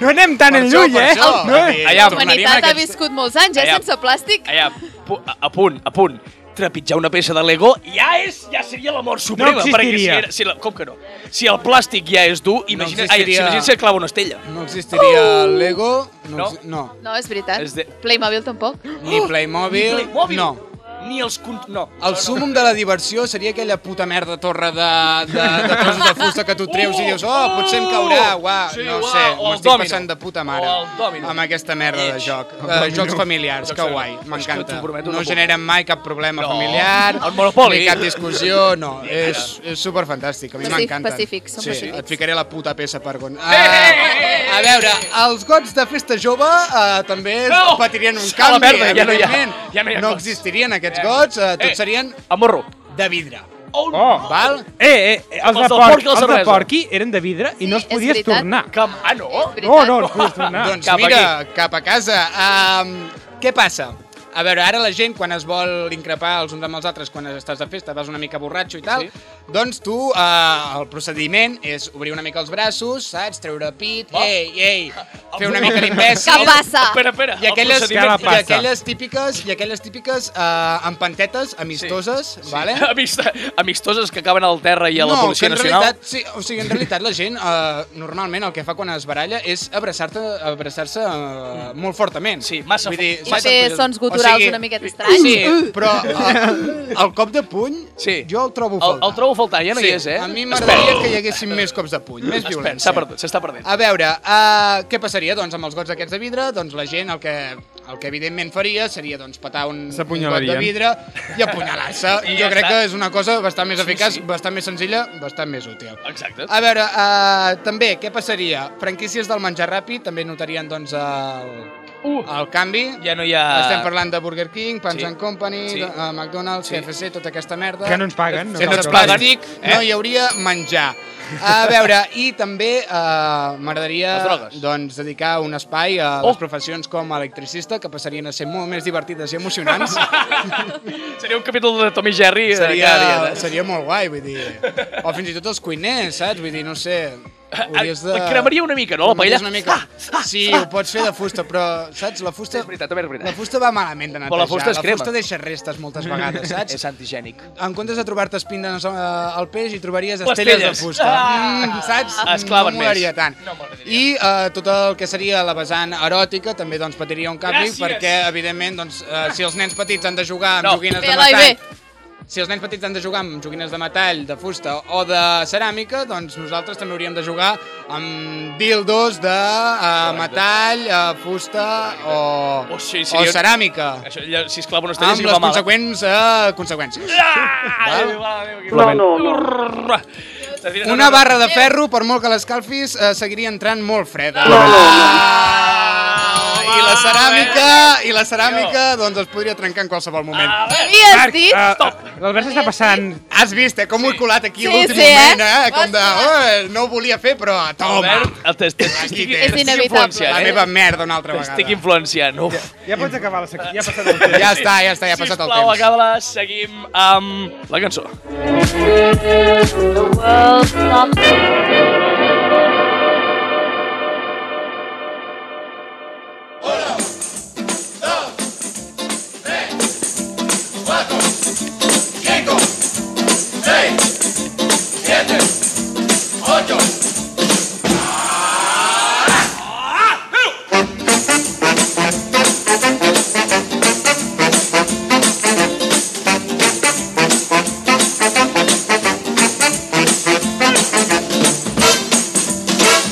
F: no anem tan
C: Per
F: en
C: això,
F: lluny,
C: per
F: eh?
C: això.
F: No,
C: Vull dir,
A: Allà,
D: La humanitat ha viscut molts anys, eh,
A: Allà.
D: sense plàstic.
A: Allà, Ah, pu- a, a punt, a punt. Trepitjar una peça de Lego ja és, ja seria la mort suprema.
F: existiria.
A: perquè si era, si la, com que no? Si el plàstic ja és dur, imagina't, ai, si
C: existiria.
A: la gent se clava una estella.
C: No existiria el Lego, no,
A: Uh! No.
C: exi- no.
D: No, és veritat.
A: És de-
D: Playmobil tampoc.
C: ni Playmobil,
A: Oh, Ni Playmobil.
C: no.
A: ni els... Con... No.
C: El súmum de la diversió seria aquella puta merda torre de, de, de trossos de fusta que tu treus i dius, oh, potser em caurà, uah,
A: Uh, Sí,
C: no
A: uah,
C: sé,
A: o
C: m'ho
A: el
C: estic
A: dòmino.
C: passant de puta mare.
A: O el dòmino.
C: Amb aquesta merda de
A: Lleig.
C: joc. Eh, jocs familiars,
A: Jocs
C: que guai,
A: familiars. És que
C: m'encanta.
A: t'ho prometo, no
C: No
A: puc.
C: generen mai cap problema
A: No.
C: familiar,
A: El Monopoly.
C: ni cap discussió, no. És, és superfantàstic, a mi
D: Pacífic-
C: m'encanta.
D: pacífics, som
C: sí,
D: pacífics.
C: Et ficaré la puta peça per gon. Ah, a veure, els gots de festa jove eh, també
A: No!
C: patirien un
A: A la
C: canvi,
A: merda, ja no hi ha.
C: evidentment.
A: Ja no hi ha
C: no
A: gots.
C: existirien aquests
A: Eh.
C: gots, eh,
A: Eh.
C: tots serien
A: A morro.
C: de vidre.
A: Oh,
F: Oh.
C: Val?
F: Eh, eh, eh, els,
A: Els
F: de
A: del porc i
F: porc,
A: la
F: els de
A: cervesa.
F: porqui eren de vidre i no els
D: Sí, és
F: podies
D: veritat.
F: tornar.
A: Que... Ah, no?
F: No, no, els podies tornar.
C: Doncs
A: Ah, Cap
C: mira, cap a casa. Um, què passa? A veure, ara la gent, quan es vol increpar els uns amb els altres, quan estàs de festa, vas una mica borratxo i tal,
A: Sí.
C: doncs tu, uh, el procediment és obrir una mica els braços, saps? Treure pit,
A: Va.
C: ei,
A: Ah,
C: ei, fer una mica l'imbècil.
D: Què passa?
A: Espera, espera.
C: I aquelles,
A: El
C: i
A: procediment...
F: procediment-
C: aquelles típiques, i aquelles típiques uh, amb pantetes amistoses, sí.
A: (laughs)
C: vale?
A: Amist- Amistoses que acaben al terra i a la Policia
C: que en
A: Nacional.
C: Realitat, sí, o sigui, en realitat la gent eh, normalment el que fa quan es baralla és abraçar-te abraçar-se eh, molt fortament.
A: Sí, massa
C: Vull dir,
A: fort.
D: I
C: saps?
D: fer sons guturals una miqueta estranys.
C: Sí,
D: Uh.
C: però eh, el cop de puny
A: Sí.
C: jo el trobo
A: El,
C: faltant.
A: el trobo faltant, ja no
C: sí,
A: hi és, eh?
C: A mi
A: Espera.
C: m'agradaria que hi haguessin més cops de puny, més
A: Espera,
C: violència.
A: S'ha perdut, s'està perdent.
C: A veure, uh, què passaria, doncs, amb els gots aquests de vidre? Doncs la gent el que, el que evidentment faria seria, doncs, petar un, un got de
F: S'apunyalarien.
C: vidre i apunyalar-se.
A: I
C: jo
A: ja
C: crec
A: està.
C: que és una cosa bastant més
A: Sí,
C: eficaç,
A: sí.
C: bastant més senzilla, bastant més útil.
A: Exacte.
C: A veure, uh, també, què passaria? Franquícies del menjar ràpid també notarien, doncs, el,
A: Uh,
C: el canvi.
A: ja no hi ha...
C: Estem parlant de Burger King, Pans
A: Ah. Sí.
C: and Company,
A: Sí.
C: sí. uh, McDonald's,
A: Sí.
C: sí. KFC, tota aquesta merda.
F: Que no ens paguen, no
C: No, si no
F: cal
C: ens
F: que
A: paguen.
C: paguen, eh? no hi hauria menjar. A veure, i també eh, m'agradaria
A: Les drogues.
C: doncs, dedicar un espai a
A: Oh.
C: les professions com a electricista, que passarien a ser molt més divertides i emocionants.
A: (laughs) Seria un capítol de Tommy Jerry. eh, cada dia,
C: seria,
A: eh?
C: seria molt guai, vull dir. O fins i tot els cuiners, saps? Vull dir, no sé... hauries
A: Ah, Et cremaria una mica, no, la paella? Ah,
C: Cremaries Una mica. sí, ho pots fer de fusta, però, saps? La fusta...
A: És veritat, també és veritat.
C: La fusta va malament de netejar.
A: Però la fusta es
C: la
A: crema.
C: fusta deixa restes moltes vegades, saps?
A: (laughs) És antigènic.
C: en comptes de trobar-te espines eh, al peix i trobaries
A: Les
C: estelles de
A: telles.
C: fusta.
A: Ah!
C: Mm, saps?
A: Es claven
C: no m'agradaria
A: més.
C: tant.
A: No m'agradaria.
C: I eh, tot el que seria la vessant eròtica també doncs, patiria un canvi
A: Gràcies.
C: perquè, evidentment, doncs, eh, si els nens petits han de jugar amb
A: No.
C: joguines
D: Bé,
C: de
D: Eloi,
C: metall...
D: bé.
C: Si els nens petits han de jugar amb joguines de metall, de fusta o de ceràmica, doncs nosaltres també hauríem de jugar amb dildos de eh, metall, eh, fusta o,
A: Oh, sí,
C: o
A: seria-
C: ceràmica.
A: Això, ja, si es clava una estrella,
C: Ah. Amb
A: sí que va
C: les
A: mal.
C: conseqüents eh, conseqüències.
A: Ah!
G: No, no, no.
C: Una barra de ferro, per molt que l'escalfis, eh, seguiria entrant molt freda.
G: No, no, no.
C: Ah, I la ceràmica, i la ceràmica, doncs es podria trencar en qualsevol moment.
D: Què havies dit?
F: eh, L'Albert s'està passant...
C: Has vist, eh, com ho he colat aquí
D: Sí,
C: a l'últim
D: sí,
C: moment,
D: eh?
C: eh? Com de, oh, no ho volia fer, però toma. Aquí tens.
D: És inevitable.
C: La
A: eh?
C: meva merda una altra
A: T'estic
C: vegada.
A: influenciant. Uf.
F: Ja pots acabar la secció, ja ha passat el temps.
C: Ja està, ja està, ja ha passat el
A: Sisplau,
C: temps.
A: acaba-la. Seguim amb la cançó.
H: Uno, dos, tres, cuatro, cinco, seis, siete, ocho, nueve, diez.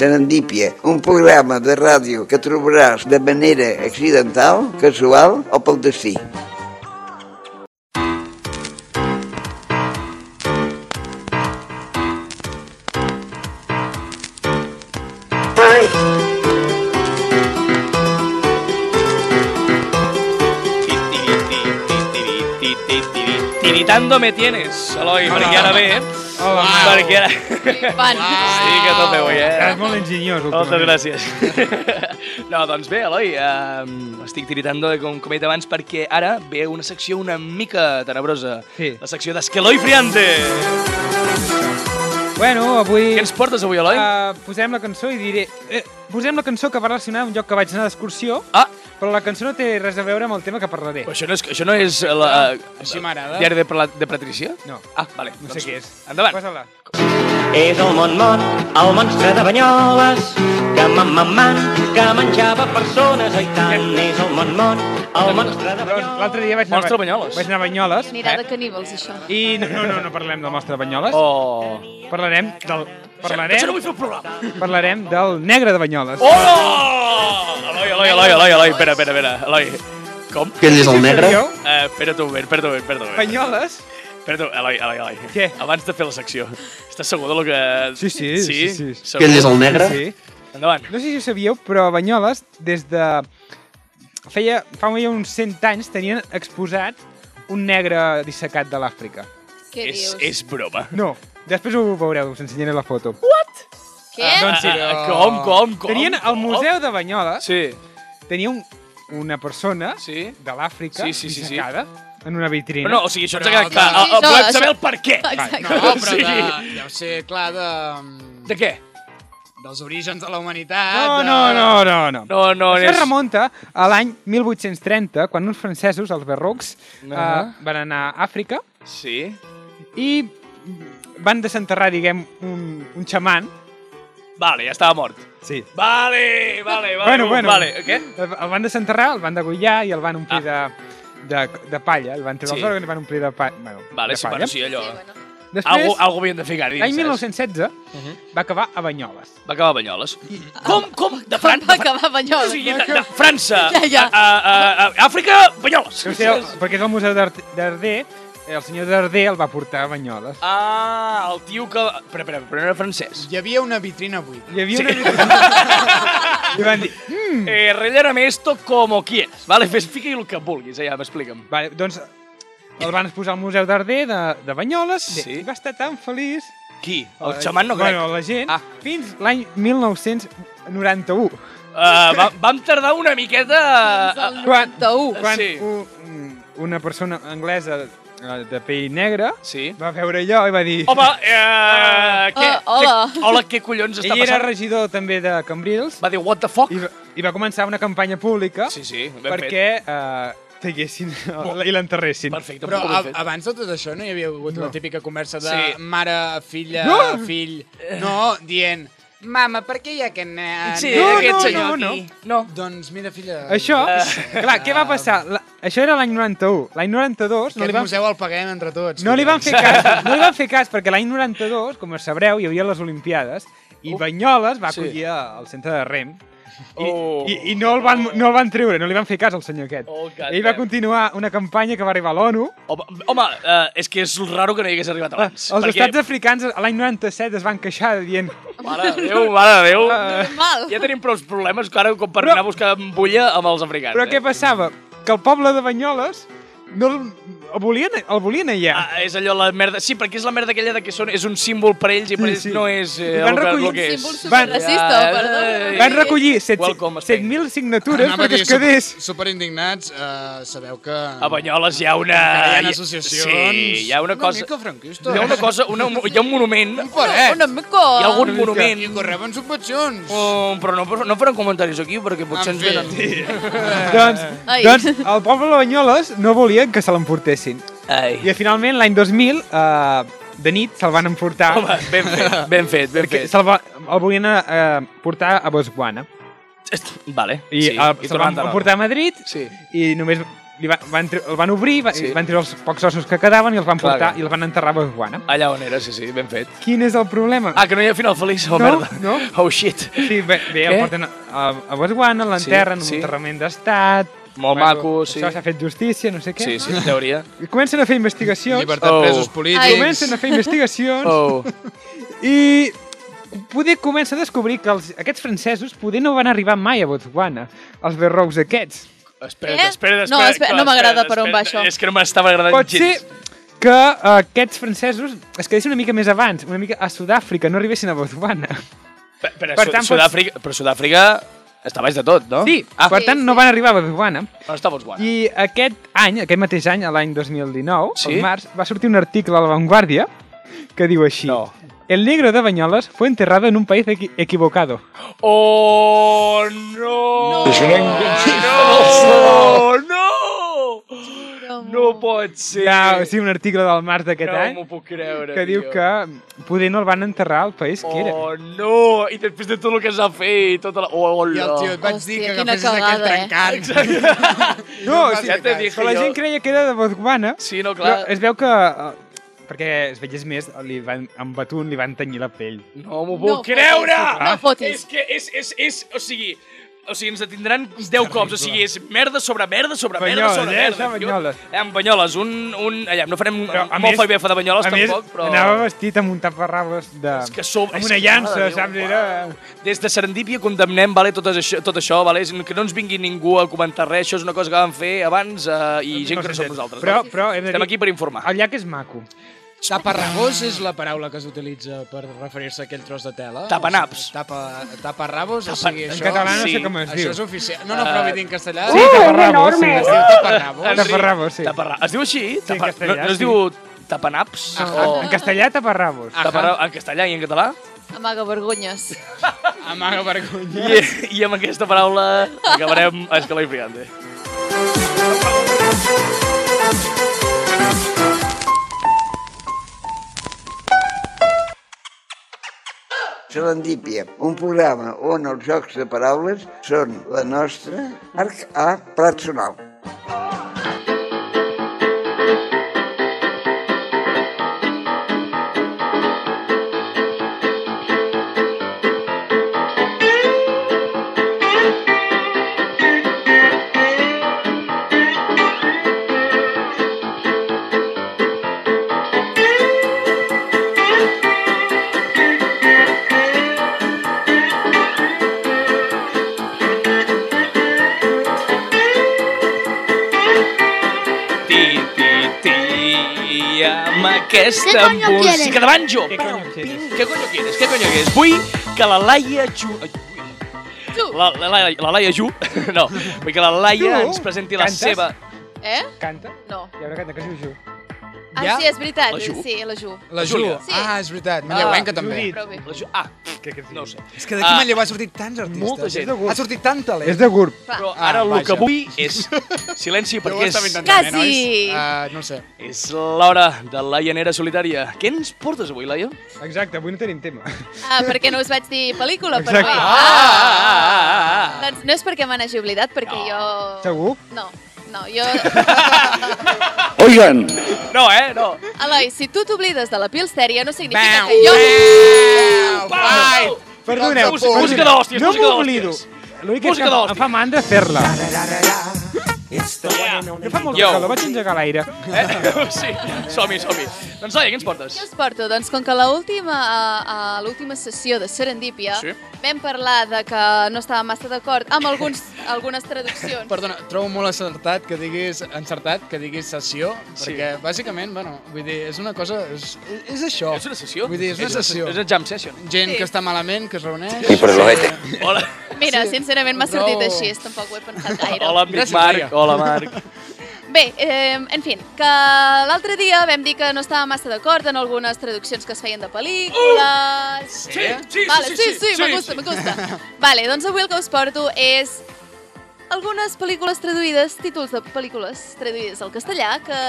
B: Serendípia, un programa de ràdio que trobaràs de manera accidental, casual o pel destí.
A: Tiritando me tienes, Eloi,
F: Hola.
A: perquè ara ve, eh?
F: Hola,
A: Perquè ara...
D: Flipant.
A: Estic a tope avui, eh?
F: Estàs molt enginyós,
A: Moltes
F: últimament.
A: gràcies. (laughs) No, doncs bé, Eloi, eh, estic tiritando, com, com he dit abans, perquè ara ve una secció una mica tenebrosa.
F: Sí.
A: La secció d'Esqueloi Friante.
F: Bueno, avui...
A: Què ens portes avui, Eloi?
C: Ah.
F: Uh, posem la cançó i diré... Eh, posem la cançó que va relacionar amb un lloc que vaig anar d'excursió,
A: Ah,
F: però la cançó no té res a veure amb el tema que parlaré.
A: però això no és, això no és la,
C: Així m'agrada.
A: diari de, Pla- de Patricia?
F: No.
A: Ah, vale.
F: No sé què és.
A: Endavant.
F: Posa-la.
G: És el Montmot, el monstre de Banyoles, que mam, mam, mam, que menjava persones, oi tant. És el Montmot, el monstre
F: Llavors,
G: de Banyoles.
F: Doncs L'altre dia vaig anar,
A: Monstre Banyoles.
F: vaig anar a Banyoles.
D: Anirà de caníbals, això.
F: I no, no, no, no parlem del mostre de Banyoles.
A: Oh.
F: Parlarem
A: Això
F: del...
A: no
F: Parlarem,
A: vull fer el programa.
F: parlarem del negre de Banyoles.
A: Oh! Eloi, Eloi, Eloi, Eloi, Eloi, espera, espera, espera, Eloi. Com?
F: Ell és el negre?
A: Eh, espera't un moment, espera't un moment, espera't un moment.
F: Banyoles?
A: Espera't un Eloi, Eloi, Eloi.
F: Què?
A: Abans de fer la secció. Estàs segur del que...
F: Sí, sí, sí, sí.
A: Segur? Que ell és el...
G: Eh?
F: Negre? Sí.
A: Endavant.
F: No sé si ho sabíeu, però a Banyoles, des de... Feia, fa mai uns 100 anys, tenien exposat un negre dissecat de l'Àfrica.
D: Què
A: És,
D: dius?
A: és broma.
F: No, després ho veureu, us ensenyaré la foto.
D: Què?
F: doncs sí.
A: Ah, ah, com, com, com?
F: Tenien al
A: com?
F: Museu de Banyoles,
A: Sí,
F: tenia un, una persona
A: sí.
F: de l'Àfrica
A: Sí, sí, sí, sí.
F: dissecada en una vitrina.
A: Però no, o sigui, això ens ha
C: Però
A: quedat clar.
D: de-
A: Ah, ah,
D: Sí, no,
A: Volem
D: això-
A: saber el per què.
D: Exacte.
C: No, però
A: (laughs) Sí.
C: de, deu ser, clar, de,
A: De què?
C: dels orígens de la humanitat.
F: no,
C: de...
F: no, no, no, no.
A: No, no,
F: Això es
A: és...
F: remunta a l'any 1830, quan uns francesos, els Berrucs, uh
A: Ah.
F: van anar a Àfrica
A: Sí.
F: i van desenterrar, diguem, un, un xaman.
A: Vale, ja estava mort.
F: Sí.
A: Vale, vale, vale.
F: Bueno, bueno.
A: Vale, què? Ah.
F: El van desenterrar, el van degullar i el van omplir de, de, de palla. El van treure
A: Sí.
F: sí. els òrgans i el van omplir de, pa, bueno,
A: Vale,
F: de
A: sí,
F: palla.
A: bueno, sí, allò.
D: Sí, bueno. (laughs)
F: Després,
A: Algo, algo havien de ficar dins,
F: l'any
A: saps?
F: 1916 va acabar a Banyoles.
A: Va acabar a Banyoles. Com, com? De
D: Quan
A: França?
D: va acabar
A: O
D: Banyoles?
A: sigui, de, de França
D: Ja, ja.
A: A, a, a, a Àfrica, Banyoles.
F: Sí, sí, el, perquè és el museu d'Art- d'Arder, eh, el senyor d'Arder el va portar a Banyoles.
A: Ah, el tio que... Espera, espera, però no era francès.
C: Hi havia una vitrina buida.
F: Hi havia sí. una...
A: (laughs)
F: I van dir...
A: Mm. Eh, relléname esto como quieras. Vale, fes, fiqui el que vulguis, allà, m'explica'm.
F: Vale, doncs el van exposar al Museu d'Arder de, de Banyoles
A: Sí.
F: i va estar tan feliç
A: Qui? El xaman no crec.
F: Bueno, la gent,
A: Ah.
F: ah. fins l'any 1991,
A: Uh, va, vam tardar una miqueta... a-
D: El
A: a-
D: 91.
F: quan
A: Sí.
F: u- un, una persona anglesa eh, de pell negra
A: Sí.
F: va veure allò i va dir...
A: Home, eh, què?
D: Ah, hola.
A: Què, hola, què collons està
F: Ell era
A: passant?
F: regidor també de Cambrils
A: Va dir, what the fuck?
F: i va, i va començar una campanya pública
A: Sí, sí, ben
F: perquè eh, taguessin (laughs) i
A: fet.
F: l'enterressin.
A: Perfecte,
C: Però
A: molt
C: a,
A: ben fet.
C: abans de tot això no hi havia hagut no. la típica conversa de
A: Sí.
C: sí. mare, filla,
F: No. Eh.
C: fill... No, dient... Mama, per què hi ha aquest nen?
A: Sí,
F: No, no,
A: aquest
F: no,
A: senyor
F: no,
A: aquí.
C: Doncs mira, filla...
F: Això, clar, què va passar? La, això era l'any 91. L'any 92 no
C: Aquest
F: li van
C: museu el paguem entre tots.
F: No li van fer cas, no li van fer cas perquè l'any 92, com sabreu, hi havia les Olimpiades i Banyoles va
A: sí.
F: acollir el centre de Rem. I,
A: Oh.
F: i, i no, el van, no el van treure, no li van fer cas al senyor aquest.
A: Oh, God
F: Ell va
A: damn.
F: continuar una campanya que va arribar a l'ONU.
A: Home, home eh, és que és raro que no hi hagués arribat abans.
F: Ah, Els estats africans a l'any 97 es van queixar dient
A: Mare de Déu, mare de Déu.
D: Normal.
A: Ja tenim prou problemes que ara com per
F: Però-
A: anar a buscar bulla amb els africans.
F: però què
A: eh?
F: passava? Que el poble de Banyoles no el, el volien, el volien allà.
A: Ah, és allò la merda... Sí, perquè és la merda aquella de que són, és un símbol per ells i per
F: Sí,
A: ells
F: sí.
A: no és eh, el,
F: I
A: que,
F: van
A: el
F: recollir
A: que és.
D: Símbol
F: Van-
D: superracista,
A: Ja,
D: perdona.
A: eh,
F: Van recollir set-
A: Welcome,
F: 7.000 signatures
C: Anava a
F: perquè
C: dir,
F: es quedés. Ah,
C: Super, superindignats, uh, sabeu que...
A: A Banyoles hi ha una...
C: Encara hi ha associacions...
A: Sí, hi ha una cosa...
C: Una mica franquista.
A: Hi ha una cosa... Una, hi ha un monument...
C: Un
F: eh?
C: paret.
D: Una mica.
A: Hi ha algun
C: I
A: monument...
C: que reben subvencions.
F: Oh,
A: Um, però no, no faran comentaris aquí perquè potser
C: En
A: ens
C: fi.
F: Ah,
A: venen...
F: Doncs,
D: Ai.
F: doncs el poble de Banyoles no volien que se l'emportessin.
A: Ai.
F: I finalment, l'any 2000, eh, de nit, se'l van emportar...
A: Home, ben fet, ben fet, ben
F: que
A: fet.
F: se'l va, el volien eh, portar a Botswana.
A: Vale,
F: I
A: sí.
F: el, se'l
A: tornant de
F: van
A: nou.
F: emportar a Madrid
A: Sí.
F: i només Li va, van, tre- el van obrir, va,
A: Sí.
F: sí. van treure els pocs ossos que quedaven i els van
A: Clar,
F: portar
A: clar.
F: i els van enterrar a Botswana.
A: Allà on era, sí, sí, ben fet.
F: Quin és el problema?
A: Ah, que no hi ha final feliç, oh,
F: No,
A: merda.
F: no.
A: Oh, shit.
F: Sí, bé,
A: Què?
F: bé el porten a, a Botswana, l'enterren,
A: Sí, sí.
F: sí, sí. un enterrament d'estat...
A: Molt maco, sí.
F: Això s'ha fet justícia, no sé què.
A: Sí, sí, en teoria.
F: I Comencen a fer investigacions,
C: Llibertat
A: Oh.
C: oh. presos
D: Ai.
C: polítics...
F: comencen a fer investigacions
A: Oh.
F: (laughs) i poder comença a descobrir que els, aquests francesos poder no van arribar mai a Botswana, els berrous aquests.
A: Espera't,
D: Què?
A: espera't, espera't.
D: Eh? No, espera,
A: clar,
D: no m'agrada
A: espera't,
D: per on va
A: espera't.
D: això.
A: És que no m'estava agradant
F: Pot ser
A: gens.
F: que eh, aquests francesos es quedessin una mica més abans, una mica a Sud-àfrica, no arribessin a Botswana.
A: Per, per,
F: Per
A: per
F: tant,
A: tant,
F: pot-
A: Sud-àfrica, però Sud-àfrica està baix de tot, no?
F: Sí,
A: Ah,
F: per
D: Sí,
F: tant, no
D: sí.
F: van arribar a Botswana.
A: no està Botswana.
F: I aquest any, aquest mateix any, a l'any 2019,
A: Sí?
F: al març, va sortir un article a La Vanguardia que diu així.
A: No.
F: El negro de Banyoles fue enterrado en un país equi- equivocado.
A: Oh, no!
B: Això no enganxa.
A: No! No! No pot ser.
F: Ja, sí, un article del març d'aquest
A: no
F: any
A: m'ho puc creure,
F: que diu
A: tio.
F: que poder no el van enterrar al país que era.
A: Oh, no! I després de tot el que s'ha fet, tota la... Oh,
C: I el tio
A: hola.
C: et vaig
D: Hòstia,
C: dir que
D: quina
C: agafessis aquell
D: cagada, eh?
C: trencant.
F: No,
C: Vas
F: sí,
A: ja t'he dit
F: però la
A: jo.
F: gent creia que era de Botswana,
A: Sí, no,
F: però
A: clar.
F: es veu que... eh, perquè es veiés més, li van, amb Batun li van tenyir la pell.
A: No m'ho
D: No
A: puc
D: fotis,
A: creure!
D: no fotis.
A: Ah. És que és, és, és, o sigui, o sigui, ens detindran 10 cops, o sigui, és merda sobre merda sobre merda
F: Banyoles,
A: sobre
F: eh,
A: merda.
F: això, Banyoles.
A: Jo, eh, amb Banyoles, un... un allà, no farem
F: Però, a
A: un
F: més-
A: mofa i befa de Banyoles
F: a més,
A: tampoc, però...
F: anava vestit amb un taparrables de...
A: És que som...
F: amb
A: és
F: una
A: que,
F: llança,
A: mare de Déu,
F: saps? Era...
A: uau. Des de Serendípia condemnem vale, tot, això, tot això, vale? És que no ens vingui ningú a comentar res, això és una cosa que vam fer abans eh, i gent que no som
F: s'entén.
A: nosaltres.
F: Però,
A: vale?
F: però hem de
A: Estem
F: dir-
A: aquí per informar.
F: El llac és maco.
C: Taparrabos és la paraula que s'utilitza per referir-se a aquell tros de tela?
A: Tapanaps.
C: Tapa, taparrabos, o
A: Tapa-
C: sigui,
A: en
C: això...
F: En català no
A: sí,
F: sé com es
C: Això
F: diu.
C: és oficial. No, no, però vull dir en castellà.
F: Sí, taparrabos, sí.
C: Es diu taparrabos.
A: Enric,
F: Taparrabos, sí.
A: Taparra... Es diu així?
F: en castellà,
A: no, no es
F: sí.
A: diu tapanaps?
C: Ajá.
A: O...
F: En castellà, taparrabos.
A: Taparra... En castellà i en català?
D: Amaga vergonyes.
C: Amaga vergonya.
A: I, I amb aquesta paraula acabarem a Escalai Friante.
B: Serendípia, un programa on els jocs de paraules són la nostra arc a plat sonal.
A: Ti, ti, ti, amb aquesta
H: coño
A: música de banjo.
F: Què coño quieres?
A: Què coño quieres? Què coño quieres? Vull que la Laia Ju... ai,
D: Tu.
A: La, la, la, la Laia Ju... (laughs) No, vull que la Laia
F: Tu?
A: ens presenti la
F: Cantes?
A: seva...
D: Eh?
F: Canta?
D: No.
F: I ara canta, que es diu Ju.
D: Ah,
C: Ja?
D: sí, és veritat.
A: La Ju?
D: Sí, la Ju.
C: La Ju.
A: Júlia.
D: Sí.
C: Ah, és veritat. Manlleuenca,
F: Ah,
C: també.
F: Judit.
D: Prou bé.
A: La Ju... Ah,
F: Que, que,
A: no ho sé.
C: És que d'aquí
A: Ah.
C: a Manlleu ha sortit tants artistes. eh?
A: Molta gent.
C: Ha sortit tant talent.
F: És de GURB.
A: Però
D: Clar.
A: ara
C: Ah,
A: el
C: vaja.
A: que vull és silenci perquè
C: Perquè
A: és,
D: intentant, eh, Quasi. nois?
C: Uh, no ho sé.
A: és l'hora de la llanera solitària. Què ens portes avui, Laia?
F: Exacte, avui no tenim tema.
D: Ah, perquè no us vaig dir pel·lícula, per
F: Exacte.
D: avui.
A: Ah, ah, ah, ah.
D: Doncs no és perquè me n'hagi oblidat, perquè
A: No.
D: jo...
F: Segur?
D: No, no, jo...
A: (laughs)
E: Oigan,
A: (laughs) No, eh? No.
D: Eloi, si tu t'oblides de la Pilsteria, no significa
C: Bau,
D: que jo...
C: bau,
A: Vai!
F: Perdoneu,
A: Música-
F: perdoneu.
A: música d'hòsties,
F: No
A: música
F: m'oblido. L'únic és
A: Música
F: que em-
A: d'hòsties.
F: em fa mandra fer-la.
A: Yeah.
F: No fa molt
A: Yo.
F: de calor, vaig engegar a l'aire.
A: Eh? (laughs) Sí, som-hi, som-hi. Doncs, Laia, què ens portes?
D: Què us porto? Doncs com que a l'última a- a l'última sessió de Serendipia
A: Sí.
D: vam parlar de que no estava massa d'acord amb alguns, algunes traduccions.
C: Perdona, trobo molt acertat que diguis, encertat que diguis sessió,
A: Sí.
C: perquè bàsicament, bueno, vull dir, és una cosa, és, és això.
A: És una sessió?
C: Vull dir, és una sessió.
A: És una jam session.
C: Gent
D: Sí.
C: que està malament, que es reuneix...
B: I per l'ovete.
A: Hola,
D: Mira, sincerament m'ha sortit
C: Bravo.
D: així, tampoc ho he
A: (laughs)
D: pensat gaire.
A: hola amic
C: Gràcies,
A: Marc.
C: Laia.
A: Hola,
D: (laughs)
A: Marc.
D: Bé, eh, en fi, que l'altre dia vam dir que no estava massa d'acord en algunes traduccions que es feien de pel·lícules...
A: Oh! Sí, sí, sí,
D: vale,
A: sí,
D: sí,
A: sí,
D: sí,
A: sí,
D: me gusta,
A: sí.
D: me gusta. Vale, doncs avui el que us porto és algunes pel·lícules traduïdes, títols de pel·lícules traduïdes al castellà que...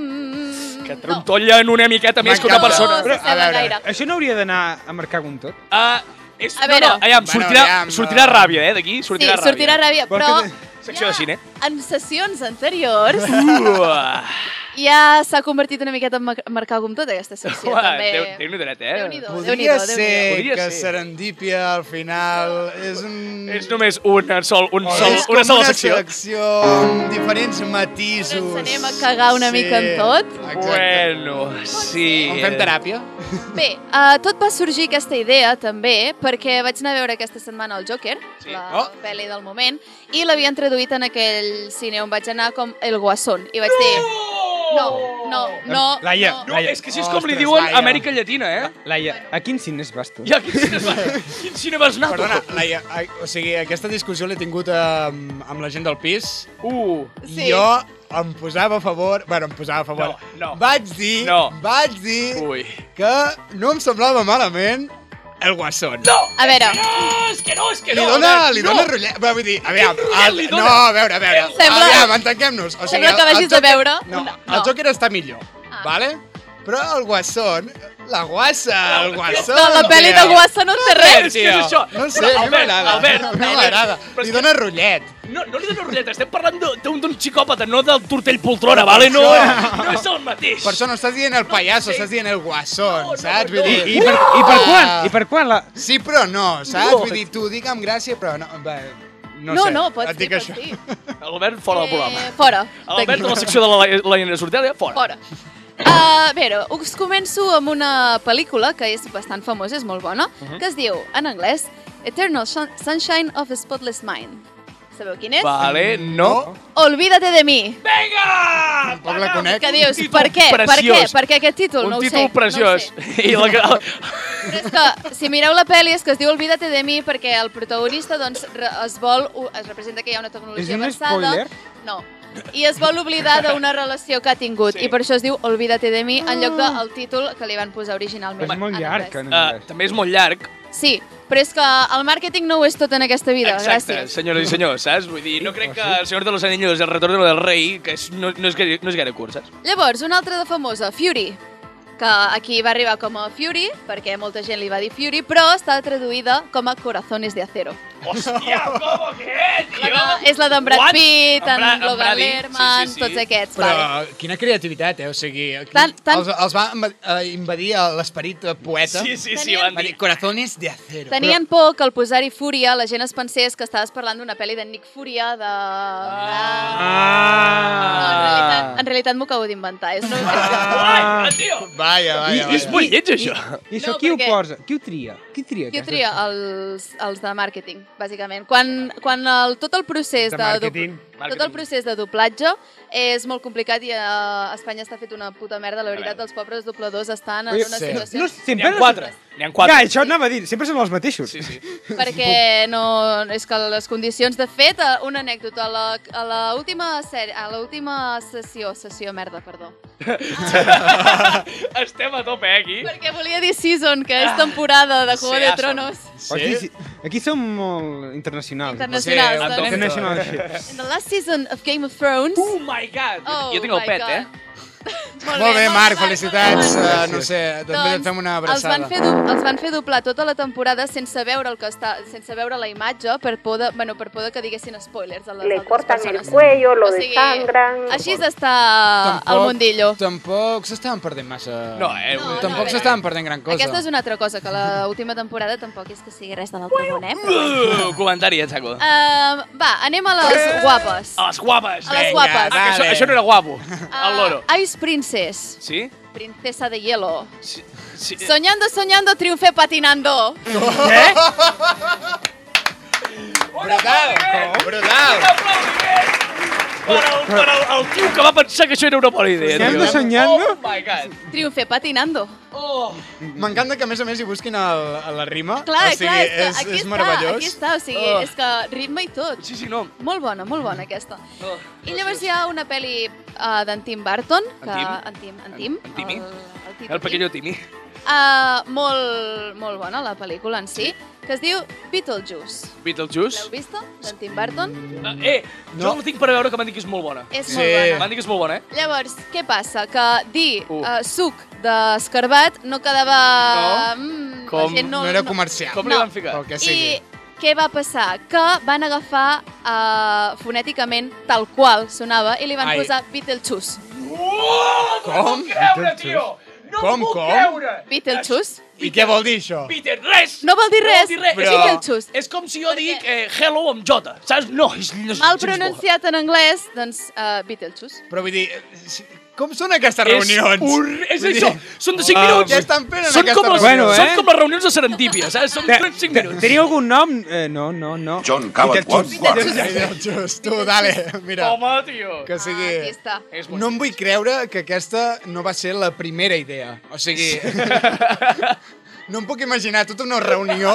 D: Mm,
A: Que trontollen una miqueta més que una
D: no,
A: persona.
D: No,
C: A
D: s'assemblen
C: veure.
D: gaire.
F: Això no hauria d'anar a marcar un tot?
A: Ah, és,
D: A veure.
A: No, no, aviam,
C: Bueno,
A: sortirà,
C: aviam,
A: sortirà
C: eh.
A: ràbia, eh, d'aquí?
D: Sí,
A: Sortirà
D: sortirà ràbia,
F: Vols
D: però...
F: que
A: Secció de cine.
D: en sessions
A: (laughs)
D: anteriors
A: Uah.
D: ja s'ha convertit una miqueta en mar- marcar com tot aquesta sessió,
A: Uah,
D: també.
A: Déu- Déu-n'hi-do, eh?
D: Déu-n'hi-do.
C: Podria
D: Déu-n'hi-do,
C: ser
A: Déu-n'hi-do.
C: que
A: Podria ser.
C: Serendípia al final és un...
A: És només una, sol, un sol,
C: és com
A: una sola
C: una
A: secció.
C: selecció amb diferents matisos.
D: Ens anem a cagar una mica en tot.
C: Exacte.
A: Bueno, sí.
C: On fem teràpia?
D: Bé, uh, tot va sorgir aquesta idea també perquè vaig anar a veure aquesta setmana el Joker, sí. la
C: Oh.
D: oh. pel·li del moment, i l'havien traduït en aquell cine on vaig anar com El Guasón. I vaig no! dir, no, no, no,
F: Eh, Laia,
D: no.
A: No, és que així és com li
C: Oh, Ostres,
A: diuen
C: Laia.
A: Amèrica Llatina, eh?
F: Laia, a quins cines vas tu?
A: Ja, quin cine vas, quin cine vas anar, tu?
C: Perdona, Laia, ai, o sigui, aquesta discussió l'he tingut amb, amb la gent del pis
A: Uh,
D: Sí.
C: i jo em posava a favor... Bueno, em posava a favor.
A: No, no.
C: Vaig dir,
A: No.
C: vaig dir
A: ui.
C: que no em semblava malament el Guasson. No!
D: A veure,
A: És que no, és que
C: Li
A: no.
C: dona,
A: Albert,
C: li
A: no.
C: dona rotllet. Bé, vull dir, aviam,
A: rotllet
C: el,
A: li
C: no,
A: dona?
C: a veure, a veure.
D: Sembla-
C: aviam, entenquem-nos. O
D: sembla que
C: el- el
D: vagis de
C: Joker-
D: veure
C: No,
D: una-
C: el
D: no.
C: Joker està millor,
D: Ah.
C: vale? Però el Guasson, la guassa, el Guasson...
D: no, la pel·li
C: tio.
D: del Guasson no té res.
A: És que és això.
C: No sé,
A: Però,
C: a mi
A: Albert,
C: m'agrada.
A: Albert,
C: a mi m'agrada.
A: Però és
C: Li
A: que-
C: dona rotllet.
A: No, no li dono ruleta, estem parlant d'un- d'un d'un psicòpata, no del tortell poltrona, vale? No, no és el mateix.
C: Per això no estàs dient el pallasso, estàs dient el Guasson,
A: No, no,
C: saps?
A: no.
C: Vull dir...
F: I, per, I per quan? I per quan? La...
C: Sí, però no, saps?
A: No.
C: Vull dir, tu digue'm gràcia, però no... Bé, no,
D: No,
C: sé,
D: no, pots
C: et
D: dir,
C: dic
D: pots
C: això.
D: dir.
A: Albert, fora del programa.
D: Eh, fora.
A: Albert, de la secció de la Laia- Laia Sortella, fora.
D: Fora. Uh, a veure, us començo amb una pel·lícula que és bastant famosa, és molt bona, uh -huh. que es diu, en anglès, Eternal Shun- Sunshine of a Spotless Mind. Sabeu quin és?
C: Eh,
A: Vale, no.
D: Olvídate de mi.
A: Vinga!
C: Tampoc la conec.
D: Que dius,
A: Eh, títol
D: per què? Per què?
A: preciós.
D: Per què aquest títol?
A: Un
D: no ho sé.
A: títol preciós.
D: No ho sé.
A: I la,
C: (laughs)
A: que-
D: Però és que, si mireu la pel·li, és que es diu Olvídate de mi perquè el protagonista doncs, re- es vol... Es representa que hi ha una tecnologia
F: És un
D: avançada.
F: spoiler?
D: No. I es vol oblidar d'una relació que ha tingut.
A: Sí.
D: I per això es diu Olvídate de mi en lloc del títol que li van posar originalment.
F: Ah. És molt
D: en
F: llarg,
D: anglès.
A: Eh,
F: en anglès.
A: també és molt llarg.
D: Sí, però és que el màrqueting no ho és tot en aquesta vida.
A: Exacte,
D: Gràcies.
A: senyores i senyors, saps? Vull dir, no crec que El Senyor de los Anillos, El Retorno del Rei, que és, no, no, és gaire, no és gaire curt, saps?
D: Llavors, una altra de famosa, Fury, que aquí va arribar com a Fury, perquè molta gent li va dir Fury, però està traduïda com a Corazones de Acero.
A: Hòstia, com què,
D: La de, és la d'en Brad
A: What?
D: Pitt,
A: En
D: en,
A: Bra- en
D: Logan
A: Brady,
D: Lerman,
A: sí, sí, sí.
D: tots aquests.
C: Però
D: Vale.
C: quina creativitat, eh? O sigui, aquí
D: Tant- tant-
C: Els, els va inva- eh, invadir l'esperit eh, poeta.
A: Sí, sí, sí,
D: Tenien-
A: van
C: Va dir,
A: dir.
C: corazones de acero.
D: Tenien por que al posar-hi Fúria la gent es pensés que estaves parlant d'una pel·li de Nick Fúria de...
A: Ah.
D: No, en realitat, en realitat m'ho acabo d'inventar. És només...
A: Ah. Ai, tio!
C: Però- Vaja, vaja,
A: És
C: vaja.
A: molt lleig, això.
F: I això
D: Ah! No,
F: qui ho
D: perquè-
F: posa? Qui ho tria? Qui tria?
D: Qui ho
F: aquestes-
D: tria? Els, els de màrqueting, bàsicament. Quan, quan el, tot el procés
F: De
D: de,
F: màrqueting.
D: dub- tot el procés de doblatge és molt complicat i a Espanya està fet una puta merda. La veritat, els pobres dobladors estan en
F: Ui,
D: una
C: sí.
D: situació...
F: No,
A: N'hi ha
F: sempre...
A: quatre. N'hi ha
F: Ja,
A: quatre.
F: això anava a dir, sempre són els mateixos.
A: Sí, sí.
D: (laughs) perquè no, és que les condicions de fet, eh, una anècdota a la, a la última sèrie, a l'última sessió, sessió merda, perdó.
A: (laughs) Estem a tope, eh, aquí.
D: Perquè volia dir season, que és temporada de Juego
A: Sí,
D: de
A: ja som.
D: Tronos
F: Aquí, sí- aquí som molt internacionals.
D: internacional.
A: Sí,
D: doncs.
F: International shit.
D: In the last season of Game of Thrones.
A: Oh my god!
D: Oh
A: jo tinc el
D: my
A: pet, (laughs)
D: God.
A: eh?
C: Molt bé, Marc, felicitats.
D: Marc.
C: eh, no sé, també et fem una
D: Doncs els van,
C: abraçada.
D: fer, du- els van fer doblar tota la temporada sense veure el que està, sense veure la imatge per por de, bueno, per por de que diguessin spoilers a les
H: Le
D: altres
H: cortan el
D: persones.
H: cuello, lo desangran.
D: Així està el mundillo.
C: Tampoc s'estaven perdent massa...
A: No, eh, No,
D: no,
C: tampoc
D: no,
C: s'estaven perdent gran cosa.
D: Aquesta és una altra cosa, que la última temporada tampoc és que sigui res de l'altre món, eh? Però...
A: Uh, comentari, eh, Chaco.
D: Uh, va, anem a les
H: Eh!
D: guapes.
H: Ah,
A: A les guapes.
D: A les
A: vinga. Ah,
D: guapes.
A: que això,
C: Dale.
A: això no era guapo. El
D: Uh,
A: loro.
D: Ice Princess,
A: Sí?
D: princesa de hielo.
A: Sí. sí.
D: Soñando, soñando, triunfé patinando.
C: Brutal! Brutal!
A: Per al, per al, el tio que va pensar que això era una bona idea.
F: Soñando,
A: tio.
F: soñando.
A: Oh my god.
D: Triunfé patinando.
C: M'encanta que, a més a més, hi busquin el, a la rima.
D: Clar,
C: o sigui,
D: clar, és, que
C: és,
D: aquí
C: és
D: està,
C: meravellós.
D: aquí està, o sigui,
A: Oh.
D: és que ritme i tot.
A: Sí, sí, no.
D: Molt bona, molt bona aquesta.
A: Oh,
D: I llavors hi ha una pel·li uh, d'en Tim Burton, que,
A: En
D: en Tim, en Tim,
A: En- en Timmy?
D: el, el,
A: El
D: Tito Tim.
A: pequeño Timmy.
D: Uh, molt, molt bona la pel·lícula en si, que es diu Beetlejuice. L'heu
A: Beetlejuice.
D: vist, d'en Tim Burton?
A: Ah, eh, jo
C: No.
A: no tinc per veure que m'han dit que és molt bona.
D: És
C: Sí.
D: molt bona.
A: M'han dit que és molt bona, eh?
D: Llavors, què passa? Que dir
A: Uh.
D: uh. suc d'escarbat no quedava... No? Mm, la
A: Com?
D: gent
C: No era comercial.
A: Com li
D: No.
A: van ficar?
C: Pel que sigui.
D: I Què va passar? Que van agafar uh, fonèticament tal qual sonava i li van
C: Ai.
D: posar Beetlejuice.
A: Uau, no com?
C: Com?
A: puc creure, tio! No
C: Com,
A: puc
C: com?
A: creure!
D: Beetlejuice?
C: I què vol dir això?
A: Peter, res!
D: No vol dir res,
A: No vol dir res.
D: és Beetlejuice.
A: És com si jo
D: Perquè-
A: dic eh, hello amb J, saps? No, és... No, és
D: Mal
A: gens
D: pronunciat en anglès, doncs uh, Beetlejuice.
C: Però vull dir, eh, com són aquestes
A: bo.
C: reunions?
A: És, un... és
C: Vull dir,
A: això, són de 5
F: Ah,
A: minuts.
C: Què estan fent en
A: són
C: aquesta
A: com les,
F: reunió? Bueno,
A: són
F: eh?
A: com les reunions de serendípia, saps? Són 35 minuts.
F: Teniu algun nom? Eh, no, no, no.
E: John Coward Watts.
C: Just, tu, dale, mira.
A: Home, tio.
C: Que
D: Ah, aquí
C: sigui...
D: està.
A: És
C: No em vull creure que aquesta no va ser la primera idea. O sigui... (laughs) No em puc imaginar tota una reunió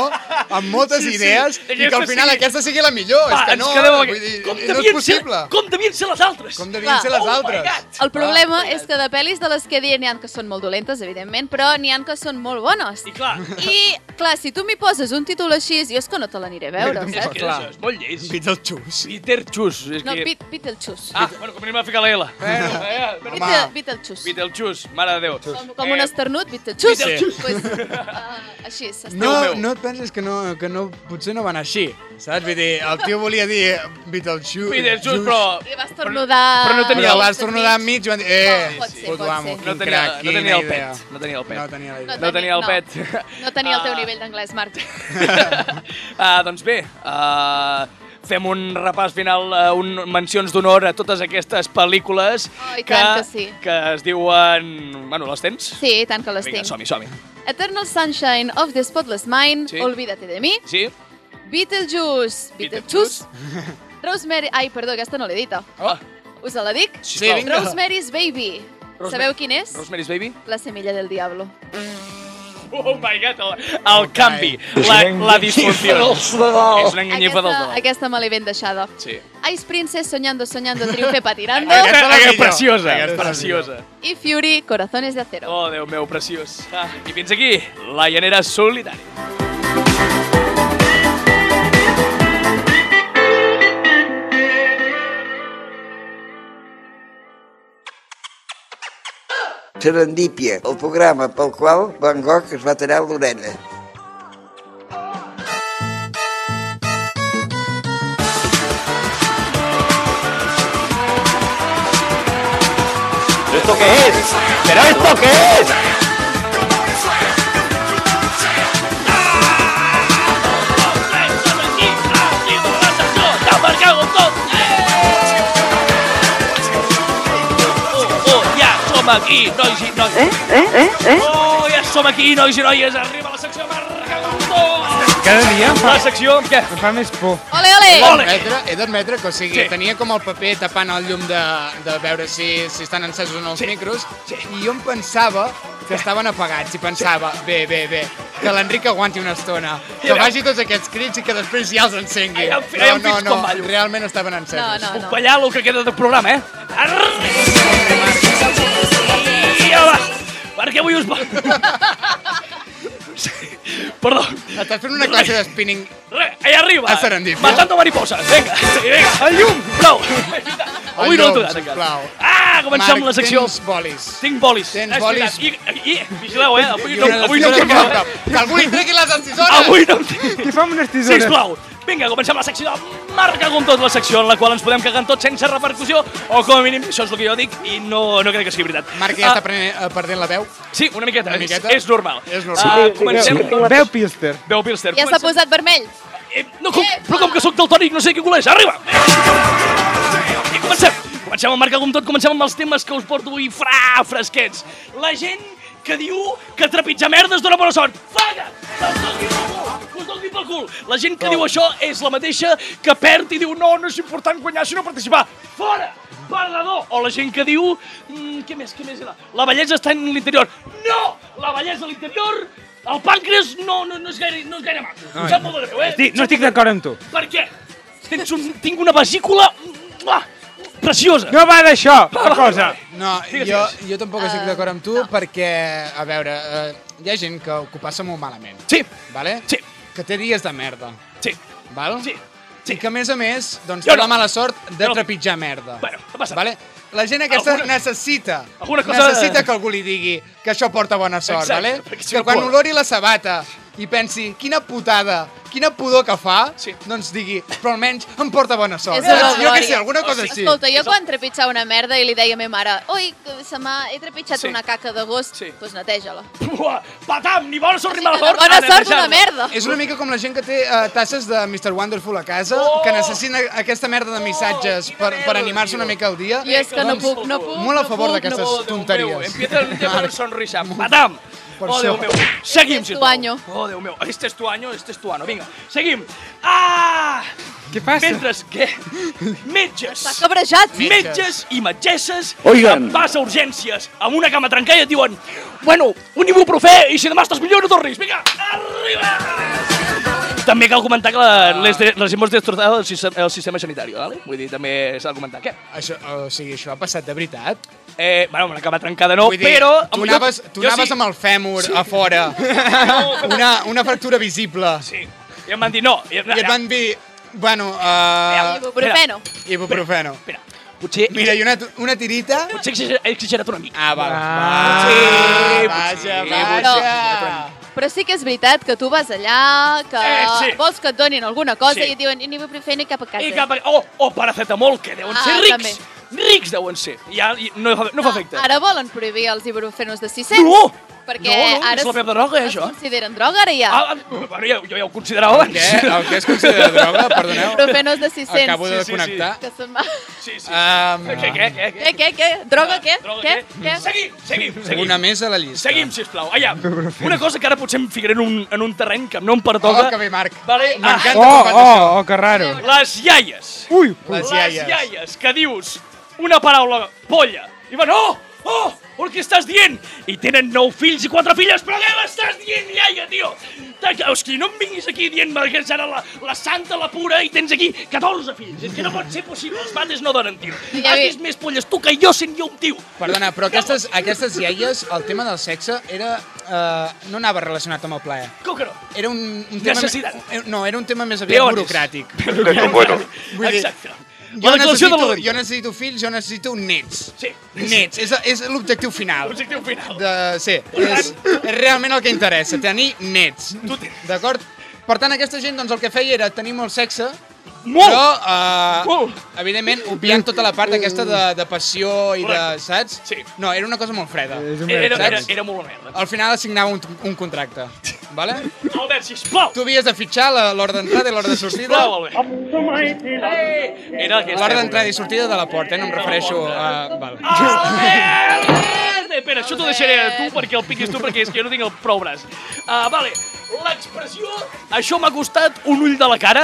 C: amb moltes
A: Sí, sí.
C: idees i que
A: Aquesta
C: al final
A: sigui-
C: aquesta sigui la millor.
A: Va,
C: és que
A: ens
C: no,
A: quedem aquí.
C: vull dir,
A: com
C: no és
A: devien ser,
C: possible.
A: com devien ser les altres?
C: Com devien
D: Clar.
C: ser les
A: Oh my
C: altres?
A: God.
D: El problema és que de pel·lis de les que diré n'hi ha que són molt dolentes, evidentment, però n'hi ha que són molt bones.
A: I
C: (laughs)
A: clar,
D: I, clar, si tu m'hi poses un títol així, jo és que no te l'aniré a
A: (laughs)
D: veure,
A: és
D: saps?
A: que això és molt llest.
C: Beetlejuice.
A: Peter Chus. És
D: No,
A: que...
D: Beet- Beetlejuice.
A: Ah, bueno, com anem a ficar la L. Bueno, (laughs) eh, bueno.
D: Beetle- Beetlejuice.
A: Peter Chus, mare de Déu.
D: Com, com un
A: Eh,
D: esternut, Beetlejuice.
A: Beetlejuice.
D: Pues, uh, així, s'està.
A: Déu meu.
C: No, no et penses que no, que no, potser no van així, saps? Vull dir, el tio volia dir Beetlejuice.
A: Peter Chus, però...
D: I vas tornudar...
A: però no tenia
C: Però
A: el
C: vas tornar enmig i van dir, eh,
D: Oh, pot ser,
C: puto
D: pot
C: amo,
D: ser.
A: No
C: quin
A: tenia,
C: crac,
A: no
C: quina
A: tenia el
C: idea.
A: pet. No tenia el pet.
C: No tenia la idea.
A: No tenia el
D: no.
A: pet.
D: No tenia el teu
A: Ah.
D: nivell d'anglès, Marc.
A: (laughs) Ah, doncs bé, ah, fem un repàs final, ah, un mencions d'honor a totes aquestes pel·lícules
D: Oh, i tant que sí.
A: que es diuen... Bueno, les tens?
D: Sí, i tant que les
A: Vinga,
D: tinc.
A: som-hi, som-hi.
D: Eternal Sunshine of the Spotless Mind,
A: Sí.
D: Olvídate de mi,
A: Sí?
D: Beetlejuice, Beetlejuice, Rosemary... Ai, perdó, aquesta no l'he dita.
A: Oh.
D: Us la dic?
A: Sí,
C: Sí, vinga.
D: Rosemary's Baby.
A: Rosemary-
D: Sabeu quin és?
A: Rosemary's Baby?
D: La semilla del diablo.
A: Oh my god, el, el canvi, la, la disfunció. És una enganyifa del
D: Aquesta,
A: dol.
D: aquesta me l'he ben deixada.
A: Sí.
D: Ice Princess, Soñando, Soñando,
A: (laughs)
D: Triunfe Patirando
A: Aquesta,
C: Aquesta és la
A: aquesta,
C: millor.
A: preciosa,
C: Aquesta és la
A: preciosa.
D: i Fury, Corazones de Acero.
A: Oh, Déu meu, preciós. Ah, I fins aquí, la llanera solitària.
B: Serendípia, el programa pel qual Van Gogh es va tallar l'orella.
G: ¿Esto qué es? ¿Pero esto qué es?
A: Oh, ja som aquí, nois i noies. Eh? Eh? Eh? Oh, ja som aquí, nois i noies. Arriba la secció Marcagantó.
F: Cada dia em fa,
A: La secció en què?
F: em fa més por.
D: Ole, ole!
A: Ole!
C: Admetre, he d'admetre que, o sigui,
A: Sí.
C: sí. tenia com el paper tapant el llum de, de veure si, si estan encesos o no els
A: Sí.
C: sí. micros,
A: Sí.
C: sí. i jo em pensava que estaven apagats, i pensava, bé, bé, bé, que l'Enric aguanti una estona, que
A: Era-
C: faci tots aquests crits i que després ja els encengui.
A: Ara em fi- ara em
C: no,
A: fixo
C: no,
A: com ballo.
C: no, realment estaven
D: No,
C: encesos.
D: no,
A: Puc
D: no.
A: ballar el que queda del programa, eh? Arr! I home, perquè avui us va... Sí, Perdó.
C: Estàs fent una classe de spinning
A: Re, allà arriba.
C: A Serendipia.
A: Matando mariposas. Vinga, i vinga. El llum. Prou. Avui no
C: llum,
A: l'he tocat, encara.
C: sisplau.
A: Ah, comencem amb la secció.
C: tens bolis.
A: Tinc bolis.
C: Tens
A: És veritat. I, i, vigileu, eh? Avui
C: I
A: no,
C: una
A: avui no,
C: d'estisores
A: tinc
C: que
A: bolis.
C: em- Que algú li tregui les encisores!
A: Avui no, tinc-
F: Què fa amb unes tisores?
A: Sisplau, vinga, comencem la secció de Marca com tot, la secció en la qual ens podem cagar en tot sense repercussió, o com a mínim això és el que jo dic i no, no crec que sigui veritat.
C: Marc ja
A: Ah,
C: està prenent, eh, perdent la veu.
A: Sí, una miqueta,
C: Una
A: és-
C: miqueta?
A: És, normal.
C: És normal.
A: Ah, comencem...
F: Veu, veu Pilster.
A: Veu, Pilster.
D: Ja s'ha
A: comencem-
D: posat vermell.
A: Eh, no, com, però com que sóc daltònic no sé qui coleix. Arriba! I comencem. Comencem amb Marca com tot, comencem amb els temes que us porto avui fra, fresquets. La gent que diu que trepitjar merdes dona bona sort. Faga! Que us doni pel cul! Que us doni pel cul! La gent que
F: Oh.
A: diu això és la mateixa que perd i diu no, no és important guanyar, sinó participar. Fora! Perdedor! O la gent que diu... Mm, què més, què més era? La bellesa està en l'interior. No! La bellesa a l'interior... El pàncreas no, no, no és gaire, no és gaire maco. Em sap molt de greu, eh?
F: Estic- No estic d'acord amb tu.
A: Per què? Tens un, tinc una vesícula uah, preciosa.
F: No va d'això, la cosa.
C: No,
A: Digues,
C: jo,
A: digues.
C: jo tampoc
A: Eh,
C: estic d'acord amb tu perquè, a veure, eh, hi ha gent que ho passa molt malament,
A: Sí,
C: vale?
A: Sí.
C: Que té dies de merda,
A: sí,
C: val?
A: sí.
C: I que, a més a més, doncs,
A: Jo
C: té
A: no.
C: la mala sort de
A: Jo no.
C: trepitjar merda.
A: Bueno, no passa
C: Vale? La gent aquesta
A: Alguna-
C: alguna, necessita,
A: alguna cosa-
C: necessita que algú li digui que això porta bona sort,
A: Exacte,
C: vale?
A: perquè si no
C: que quan
A: por-
C: olori la sabata, i pensi quina putada, quina pudor que fa,
A: Sí.
C: doncs digui, però almenys em porta bona sort.
D: És una
C: Saps? jo
D: glòria.
C: què sé, alguna cosa
A: Hosti.
C: així.
D: Escolta, jo quan trepitjava una merda i li deia a meva mare Oi, que se m'ha... he trepitjat
A: Sí.
D: una caca de gos,
A: Sí.
D: doncs neteja-la.
A: Buah, patam, ni bona sort ni mala
D: Bona
A: sort.
D: sort,
A: ara,
D: una
A: deixar-la.
D: merda.
C: És una mica com la gent que té uh, tasses de Mr. Wonderful a casa,
A: Oh!
C: que necessiten aquesta merda de missatges
A: quina
C: per, per
A: merda,
C: animar-se una
A: tio.
C: mica al dia.
D: I és que no
C: Doncs,
D: puc, no puc,
C: Molt a
D: no
C: favor
D: puc,
C: d'aquestes
D: no
A: Oh, Déu meu,
C: tonteries.
A: empieza el día con un sonrisa. ¡Patam!
C: Por
A: oh, Déu
C: això.
A: meu. Seguim,
D: Este es tu
A: sisplau.
D: año.
A: Oh, Déu meu. Este és tu año, este és tu ano. Vinga, seguim. Ah!
F: Què passa?
A: Mentre
C: (laughs)
A: que... Metges.
D: S'ha cabrejat.
A: Metges i metgesses
E: Oigan.
A: et vas a urgències amb una cama trencada i et diuen bueno, un ibuprofè i si demà estàs millor no tornis. Vinga, arriba! També cal comentar que la, les, de- les hemos destrozado el, sistema, el sistema sanitari, ¿vale? Vull dir, també s'ha de comentar. Què?
C: Això, o sigui, això ha passat de veritat?
A: Eh, bueno, amb la cama trencada no,
C: Vull dir,
A: però...
C: tu anaves, tu
A: (laughs)
C: anaves amb el fèmur a fora, una, una fractura visible,
A: Sí. I em van dir, no. I,
C: i et van dir, bueno, uh,
D: Ibuprofeno.
C: ibuprofeno.
A: Espera, potser...
C: Mira, i una, una tirita...
A: Potser he exagerat- he exagerat una mica.
C: Ah, val.
F: Ah,
A: sí,
C: vaja,
A: sí,
C: vaja.
D: Però sí que és veritat que tu vas allà, que
A: Eh, sí.
D: vols que et donin alguna cosa
A: Sí.
D: i et diuen "Ni ibuprofeno i cap a casa.
A: I cap a... Oh, oh, paracetamol, que deuen
D: Ah,
A: ser rics.
D: també. Ah,
A: Rics deuen ser. Ja, i no, fa- no fa efecte.
D: Ara volen prohibir els ibuprofenos de 600.
A: No!
D: Perquè
A: No, no,
D: ara
A: és la meva droga, eh, això.
D: Es consideren droga, ara ja.
A: Ah, ah, bueno, ja, jo ja ho considerava abans.
C: Què? El que es considera droga, perdoneu?
D: Ibuprofenos de 600.
C: Acabo de
A: Sí, sí, sí.
C: connectar.
D: Que són mal.
A: Sí, sí.
C: Um,
A: Què, què, què?
D: (laughs) Què, què, què? Droga, què?
A: Droga,
D: Què? Què?
A: Seguim, seguim, seguim.
C: Una més a la llista.
A: Seguim, sisplau. Allà, una cosa que ara potser em ficaré en un, en un terreny que no em pertoca.
C: Oh, que bé, Marc.
A: Vale, ah,
C: M'encanta
F: Oh,
C: que fas això.
F: oh, oh, que raro.
A: les iaies.
F: Ui,
A: les
C: Les iaies.
A: iaies que dius una paraula polla i van, oh, oh, però què estàs dient? I tenen nou fills i quatre filles, però què m'estàs dient, iaia, tio? Ta- Hosti, no em vinguis aquí dient-me que ets ara la, la santa, la pura, i tens aquí 14 fills. És que no pot ser possible, els mares no donen tio.
D: Ja
A: Has
D: ve.
A: vist més polles tu que jo sent jo un tio.
C: Perdona, però aquestes, aquestes iaies, el tema del sexe era... eh, no anava relacionat amb el plaer.
A: Com que no?
C: Era un, un tema...
A: Necessitat.
C: eh, No, era un tema més aviat
A: Peones.
C: burocràtic.
A: Bueno.
C: Vull dir,
A: Exacte.
C: Jo
A: la declaració
C: necessito,
A: de la
C: jo necessito fills, jo necessito nets.
A: Sí.
C: Nets, és, és l'objectiu final.
A: Objectiu final.
C: De, sí, és, és realment el que interessa, tenir nets.
A: Tu tens-
C: D'acord? Per tant, aquesta gent doncs, el que feia era tenir molt sexe,
A: Molt!
C: però,
A: Molt!
C: uh, evidentment, obviant tota la part aquesta de, de passió i de...
A: Correcte.
C: Saps?
A: Sí.
C: No, era una cosa molt freda.
A: Era, era, era,
C: Saps?
A: era molt una merda.
C: Al final assignava un, un contracte, vale?
A: Albert, sisplau!
C: Tu havies de fitxar la- l'hora d'entrada i l'hora de sortida.
A: Sisplau, Albert. Era aquesta.
C: L'hora
A: època.
C: d'entrada i sortida de la porta, eh? No em refereixo a... Val.
A: Albert! Eh, Espera, això t'ho deixaré a tu perquè el piquis tu, perquè és que jo no tinc el prou braç. Ah, vale, l'expressió, això m'ha costat un ull de la cara.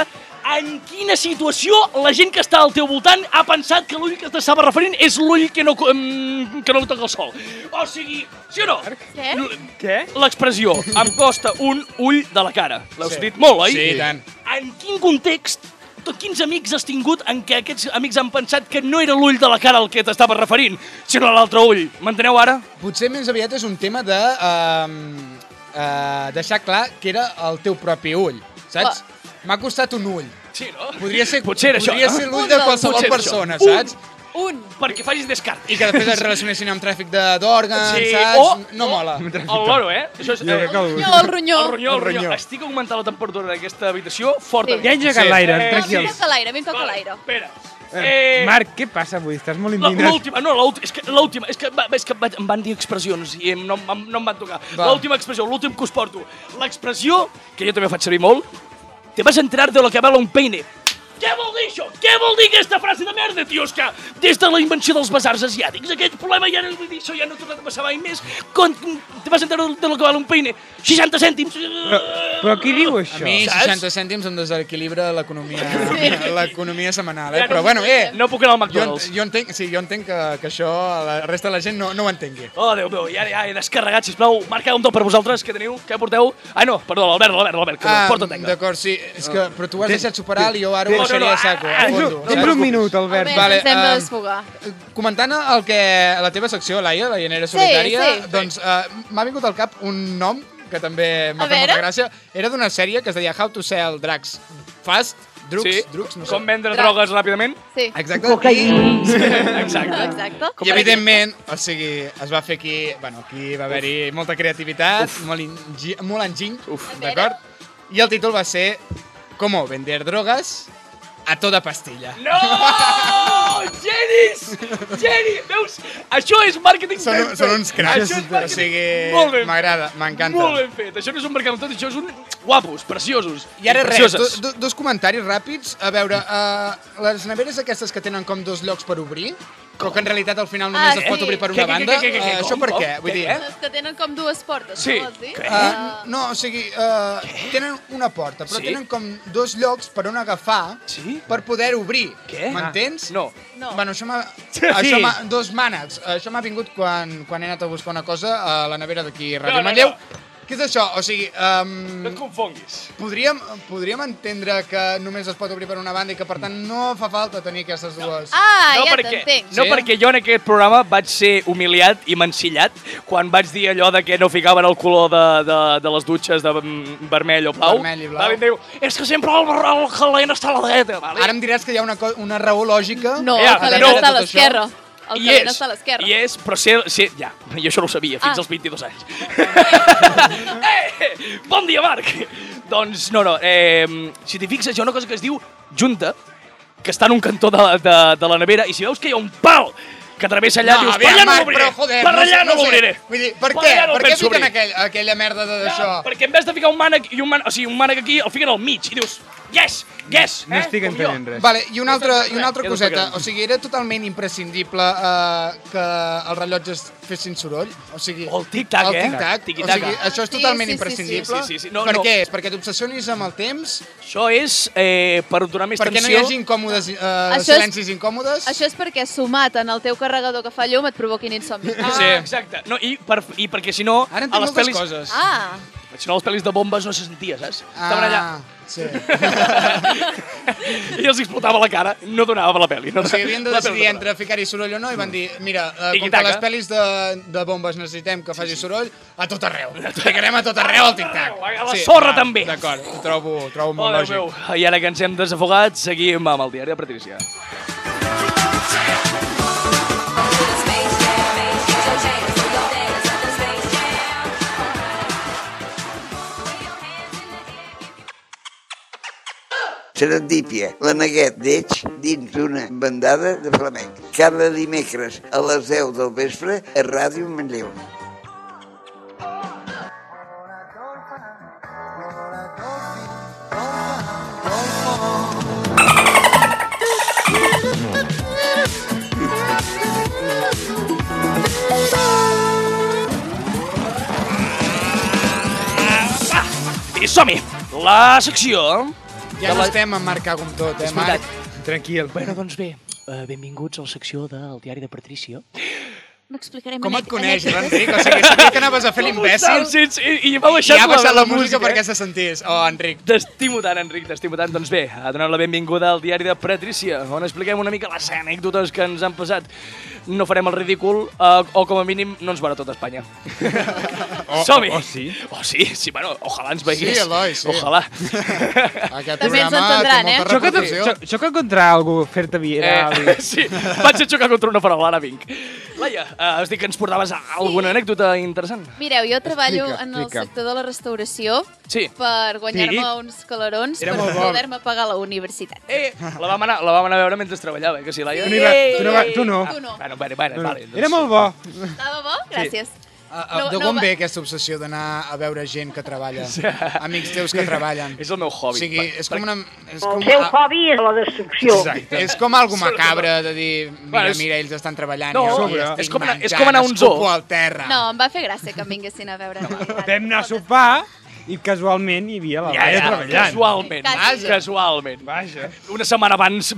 A: En quina situació la gent que està al teu voltant ha pensat que l'ull que t'estava referint és l'ull que no, co- mm, que no toca el sol? O sigui, sí o no?
D: Què?
F: Què?
A: L'expressió, em costa un ull de la cara. L'has dit molt, oi?
C: Sí, i tant.
A: En quin context, tot quins amics has tingut en què aquests amics han pensat que no era l'ull de la cara al que t'estava referint, sinó a l'altre ull? M'enteneu ara?
C: Potser més aviat és un tema de ehm, eh, deixar clar que era el teu propi ull, saps? M'ha costat un ull.
A: Sí, no?
C: Podria ser,
A: Potser era
C: podria
A: això, Uh!
C: ser
A: no?
C: l'ull
D: Un
C: de
D: dels-
C: qualsevol
A: Potser era això.
C: persona,
A: Un.
C: saps?
D: Un.
A: Perquè facis descart.
C: I que després es relacionessin amb tràfic de- d'òrgans,
A: Sí, Oh!
C: saps?
A: o-
C: no
A: o-
C: mola.
A: El loro, eh? Això és...
F: Jo crec que
A: el...
F: el...
D: No, el ronyó.
A: El ronyó, el
C: El
A: ronyó.
C: ronyó.
A: Estic augmentant la temperatura d'aquesta habitació fort.
D: Sí.
F: Ja he engegat
C: Sí.
F: l'aire,
A: Eh,
D: No, a mi em
F: tranquils.
D: toca l'aire, a mi em toca l'aire.
A: Espera.
F: Eh, Marc, què passa avui? Estàs molt
A: La-
F: indignat.
A: L'última, no, l'última, és que l'última, és que, va- és que em vaig- em van dir expressions i em- no, em- no em van tocar.
C: Va.
A: L'última expressió, l'últim que us porto. L'expressió, que jo també faig servir molt, te vas entrar de lo que vale un peine. Què vol dir això? Què vol dir aquesta frase de merda, tio? És que des de la invenció dels basars asiàtics, aquest problema ja no, vull dir, això ja no ha tornat a passar mai més. Quan te vas entrar de lo que vale un peine? 60 cèntims.
F: Però, però qui diu
C: A
F: això?
C: mi,
A: Saps?
C: 60 cèntims em desequilibra l'economia l'economia setmanal, eh?
A: Ja no-
C: Però bueno, eh,
A: No puc anar al
C: jo, en-
A: McDonald's.
C: jo entenc, sí, jo entenc que, que això la resta de la gent no, no ho entengui.
A: Oh, Déu meu, ja, ja he descarregat, sisplau. Marca un top per vosaltres, que teniu, que porteu. Ah, no, perdó, l'Albert, l'Albert, l'Albert, que ah, porta tecla.
C: D'acord, sí, és que, però tu ho has
F: Tens-
C: deixat superar i jo ara ho
A: tens-
C: deixaré
A: No, no,
C: a saco.
A: ah,
C: a
F: Tens,
C: fondo,
F: un- tens
C: saps?
F: un minut,
D: Albert,
F: Albert.
C: Vale,
D: ens hem de
C: ehm,
D: desfogar.
C: Comentant el que, la teva secció, Laia, la llanera solitària,
D: sí.
C: doncs eh, m'ha vingut al cap un nom que també m'ha
D: A
C: fet molta
D: veure.
C: gràcia. Era d'una sèrie que es deia How to Sell Drugs Fast Drugs,
A: sí.
C: drugs, no sé.
A: Com vendre
D: Drugs.
A: drogues
C: (laughs)
A: ràpidament.
D: Sí,
C: Exacte. Cocaïna.
A: Exacte.
D: exacte.
C: I, evidentment, o sigui, es va fer aquí... Bueno, aquí va haver-hi molta creativitat, molt, engi molt enginy, d'acord? I el títol va ser Como vender drogas a toda pastilla.
A: No! Genis! Geni! Veus? Això és màrqueting ben
C: Són,
A: fet.
C: són uns cracs.
A: Això és
C: O
A: màrqueting
C: sigui,
A: molt ben
C: m'agrada,
A: Molt
C: m'encanta.
A: ben fet. Això no és un mercat tot, això és un... Guapos, preciosos.
C: I ara res,
A: precioses.
C: do, do, dos comentaris ràpids. A veure, uh, les neveres aquestes que tenen com dos llocs per obrir, però que en realitat al final només
D: Ah,
C: es pot
D: sí.
C: obrir per
A: Què,
C: una
A: què,
C: banda,
A: què, què, què,
C: eh,
A: com,
C: això per
A: com?
C: què?
A: Què,
C: Vull dir,
A: eh?
D: Les que tenen com dues portes,
A: Sí.
D: no vols dir?
A: Què?
C: Uh,
D: Ah,
C: no, o sigui, uh, tenen una porta, però
A: Sí?
C: sí? tenen com dos llocs per on agafar
A: Sí?
C: per poder obrir.
A: Què? Ah,
C: M'entens?
A: No.
D: No.
C: Bueno, això m'ha...
A: Sí.
C: Això m'ha... Dos mànecs. Això m'ha vingut quan, quan he anat a buscar una cosa a la nevera d'aquí a
A: No,
C: Ràdio
A: no,
C: Manlleu.
A: no.
C: Què és això? O sigui,
A: No et
C: um,
A: confonguis.
C: podríem, podríem entendre que només es pot obrir per una banda i que, per tant, no fa falta tenir aquestes dues...
D: ah ja
A: perquè,
D: t'entenc.
A: no
C: Sí?
A: perquè jo en aquest programa vaig ser humiliat i mancillat quan vaig dir allò de que no ficaven el color de, de, de les dutxes de mm, vermell o blau.
C: Vermell i blau.
A: Va, em diu, és que sempre el, el calent està a la dreta. Vale?
C: Ara em diràs que hi ha una, co- una raó lògica...
D: No,
A: Ja,
D: el calent
A: no.
D: està a
C: Tot això.
D: l'esquerra. El
A: Hi
D: calent
A: és,
D: està a l'esquerra.
A: Hi és, però sé, sé, ja, jo això no ho sabia fins
D: Ah.
A: als 22 anys. (laughs) eh, bon dia, Marc! Doncs, no, no, eh, si t'hi fixes, hi ha una cosa que es diu junta, que està en un cantó de, de, de la nevera, i si veus que hi ha un pal que travessa allà, dius, per
C: aviam,
A: allà no
C: Marc,
A: l'obriré,
C: però, joder,
A: per allà
C: sé-
A: no
C: sé.
A: l'obriré.
C: Vull dir, per
A: Per
C: què?
A: allà no
C: per què
A: penso
C: fiquen
A: obrir.
C: aquell, aquella merda de- d'això?
A: No, perquè en vez de ficar un mànec, i un mànec, o sigui, un mànec aquí, el fiquen al mig, i dius, yes, yes,
F: No
A: eh?
F: estic
A: com jo.
F: entenent res.
C: Vale, i una altra, i una altra
A: Ja t'ho
C: coseta.
A: explicaré.
C: O sigui, era totalment imprescindible eh, que els rellotges fessin soroll. O sigui,
A: O el tic-tac,
C: el
A: eh?
C: tic-tac. O
A: Tiqui-taca.
C: sigui, això és
D: Sí,
C: totalment
D: sí, sí,
C: imprescindible.
A: sí. Sí, sí, sí. No,
C: per
A: no.
C: què? És perquè t'obsessionis amb el temps,
A: Això és eh, per donar més
C: perquè
A: tensió.
C: no hi hagi incòmodes, eh,
D: Això és-
C: silencis incòmodes.
D: Això és perquè sumat en el teu carregador que fa llum et provoquin insomni.
A: Ah, sí. Exacte. No, i, per, I perquè si no...
C: Ara
A: a les
C: entenc moltes
A: pel·lis-
C: coses.
D: Ah,
A: Si no, les pel·lis de bombes no se sentia, saps?
C: Ah.
A: Estaven allà.
C: (laughs) Sí.
A: I els explotava la cara, no donava per la pel·li. No
C: O sigui, havien de
A: la pel·li
C: decidir
A: no donava.
C: entre ficar-hi soroll o no i van dir, mira, eh, com que
A: Mm. Tiki-taka.
C: les pel·lis de, de bombes necessitem que faci soroll, a tot arreu. Ficarem a tot arreu el tic-tac.
A: A la sorra, també.
C: D'acord, ho trobo, ho trobo
A: Oh,
C: molt
A: Déu
C: lògic.
A: meu. I ara que ens hem desafogat, seguim amb el diari de Patricia.
B: Serendípia, la neguet d'Eix dins d'una bandada de flamenc. Cada dimecres a les 10 del vespre a Ràdio Manlleu.
A: Va, i som-hi. La secció...
C: Ja no estem en marcar com tot, eh, Marc?
F: Tranquil.
A: Bueno, doncs bé, eh, benvinguts a la secció del diari de Patricia.
D: no explicarem
C: Com et
D: anèc-
C: coneix,
D: anècdotes.
C: l'Enric? O sigui, sabia que anaves
A: (laughs)
C: a fer l'imbècil
A: I, i, i m'ha
C: i
A: baixat,
C: ha baixat la música
A: eh?
C: perquè se sentís. Oh, Enric.
A: T'estimo tant, Enric, t'estimo tant. Doncs bé, ha donat la benvinguda al diari de Patricia, on expliquem una mica les anècdotes que ens han passat. No farem el ridícul, eh, o com a mínim no ens veurà tot
F: (laughs)
A: Espanya. Oh,
F: O-
A: Som-hi!
F: o oh, sí.
A: O sí, sí, bueno, ojalà ens vegués.
C: Sí, Eloi, sí.
F: (laughs)
A: Ojalà.
C: Aquest
D: També ens
C: programa té
D: entendran,
C: molta
D: eh?
F: Xoca,
C: repercussió.
F: xoca, xoca contra algú fer-te viral.
A: eh, (laughs) sí, vaig a xocar contra una paraula, ara vinc. Laia, eh, has dit que ens portaves a- alguna anècdota interessant?
D: Mireu, jo treballo
F: Explica,
D: en el
F: explica.
D: sector de la restauració
A: Sí.
D: per guanyar-me
F: Sí.
D: uns calarons
C: Era
D: per
C: molt bo.
D: poder-me pagar la universitat.
A: Eh, la vam anar, la vam anar a veure mentre treballava, eh, que sí, Laia? Ah,
F: Tu, ni va, tu, no va, tu no.
D: Tu no.
A: Bueno, bueno, bueno,
F: No, no.
A: vale. doncs-
F: Mm. Era molt bo.
D: Estava bo? Gràcies.
C: Ah, ah,
D: No,
C: D'on
D: no
C: no,
D: va-
C: ve aquesta obsessió d'anar a veure gent que treballa? Amics teus que treballen.
A: (laughs) És el meu hobby.
C: O sigui, és com una... És com,
H: El seu
C: ah,
H: hobby és la destrucció.
C: Exacte. És com algo macabre de dir,
A: Bueno,
C: mira,
A: és-
C: mira, ells estan treballant
A: No,
C: i jo
A: sobre.
C: aquí estic
A: és com anar- és
C: menjant,
A: com anar a un zoo.
C: escupo al terra.
D: No, em va fer gràcia que em vinguessin a veure.
F: Vam anar a sopar i casualment hi havia la
A: Ja,
F: Laia
A: ja,
F: treballant.
A: casualment,
D: Quasi.
A: casualment.
F: Vaja.
A: Una setmana abans
D: Sí.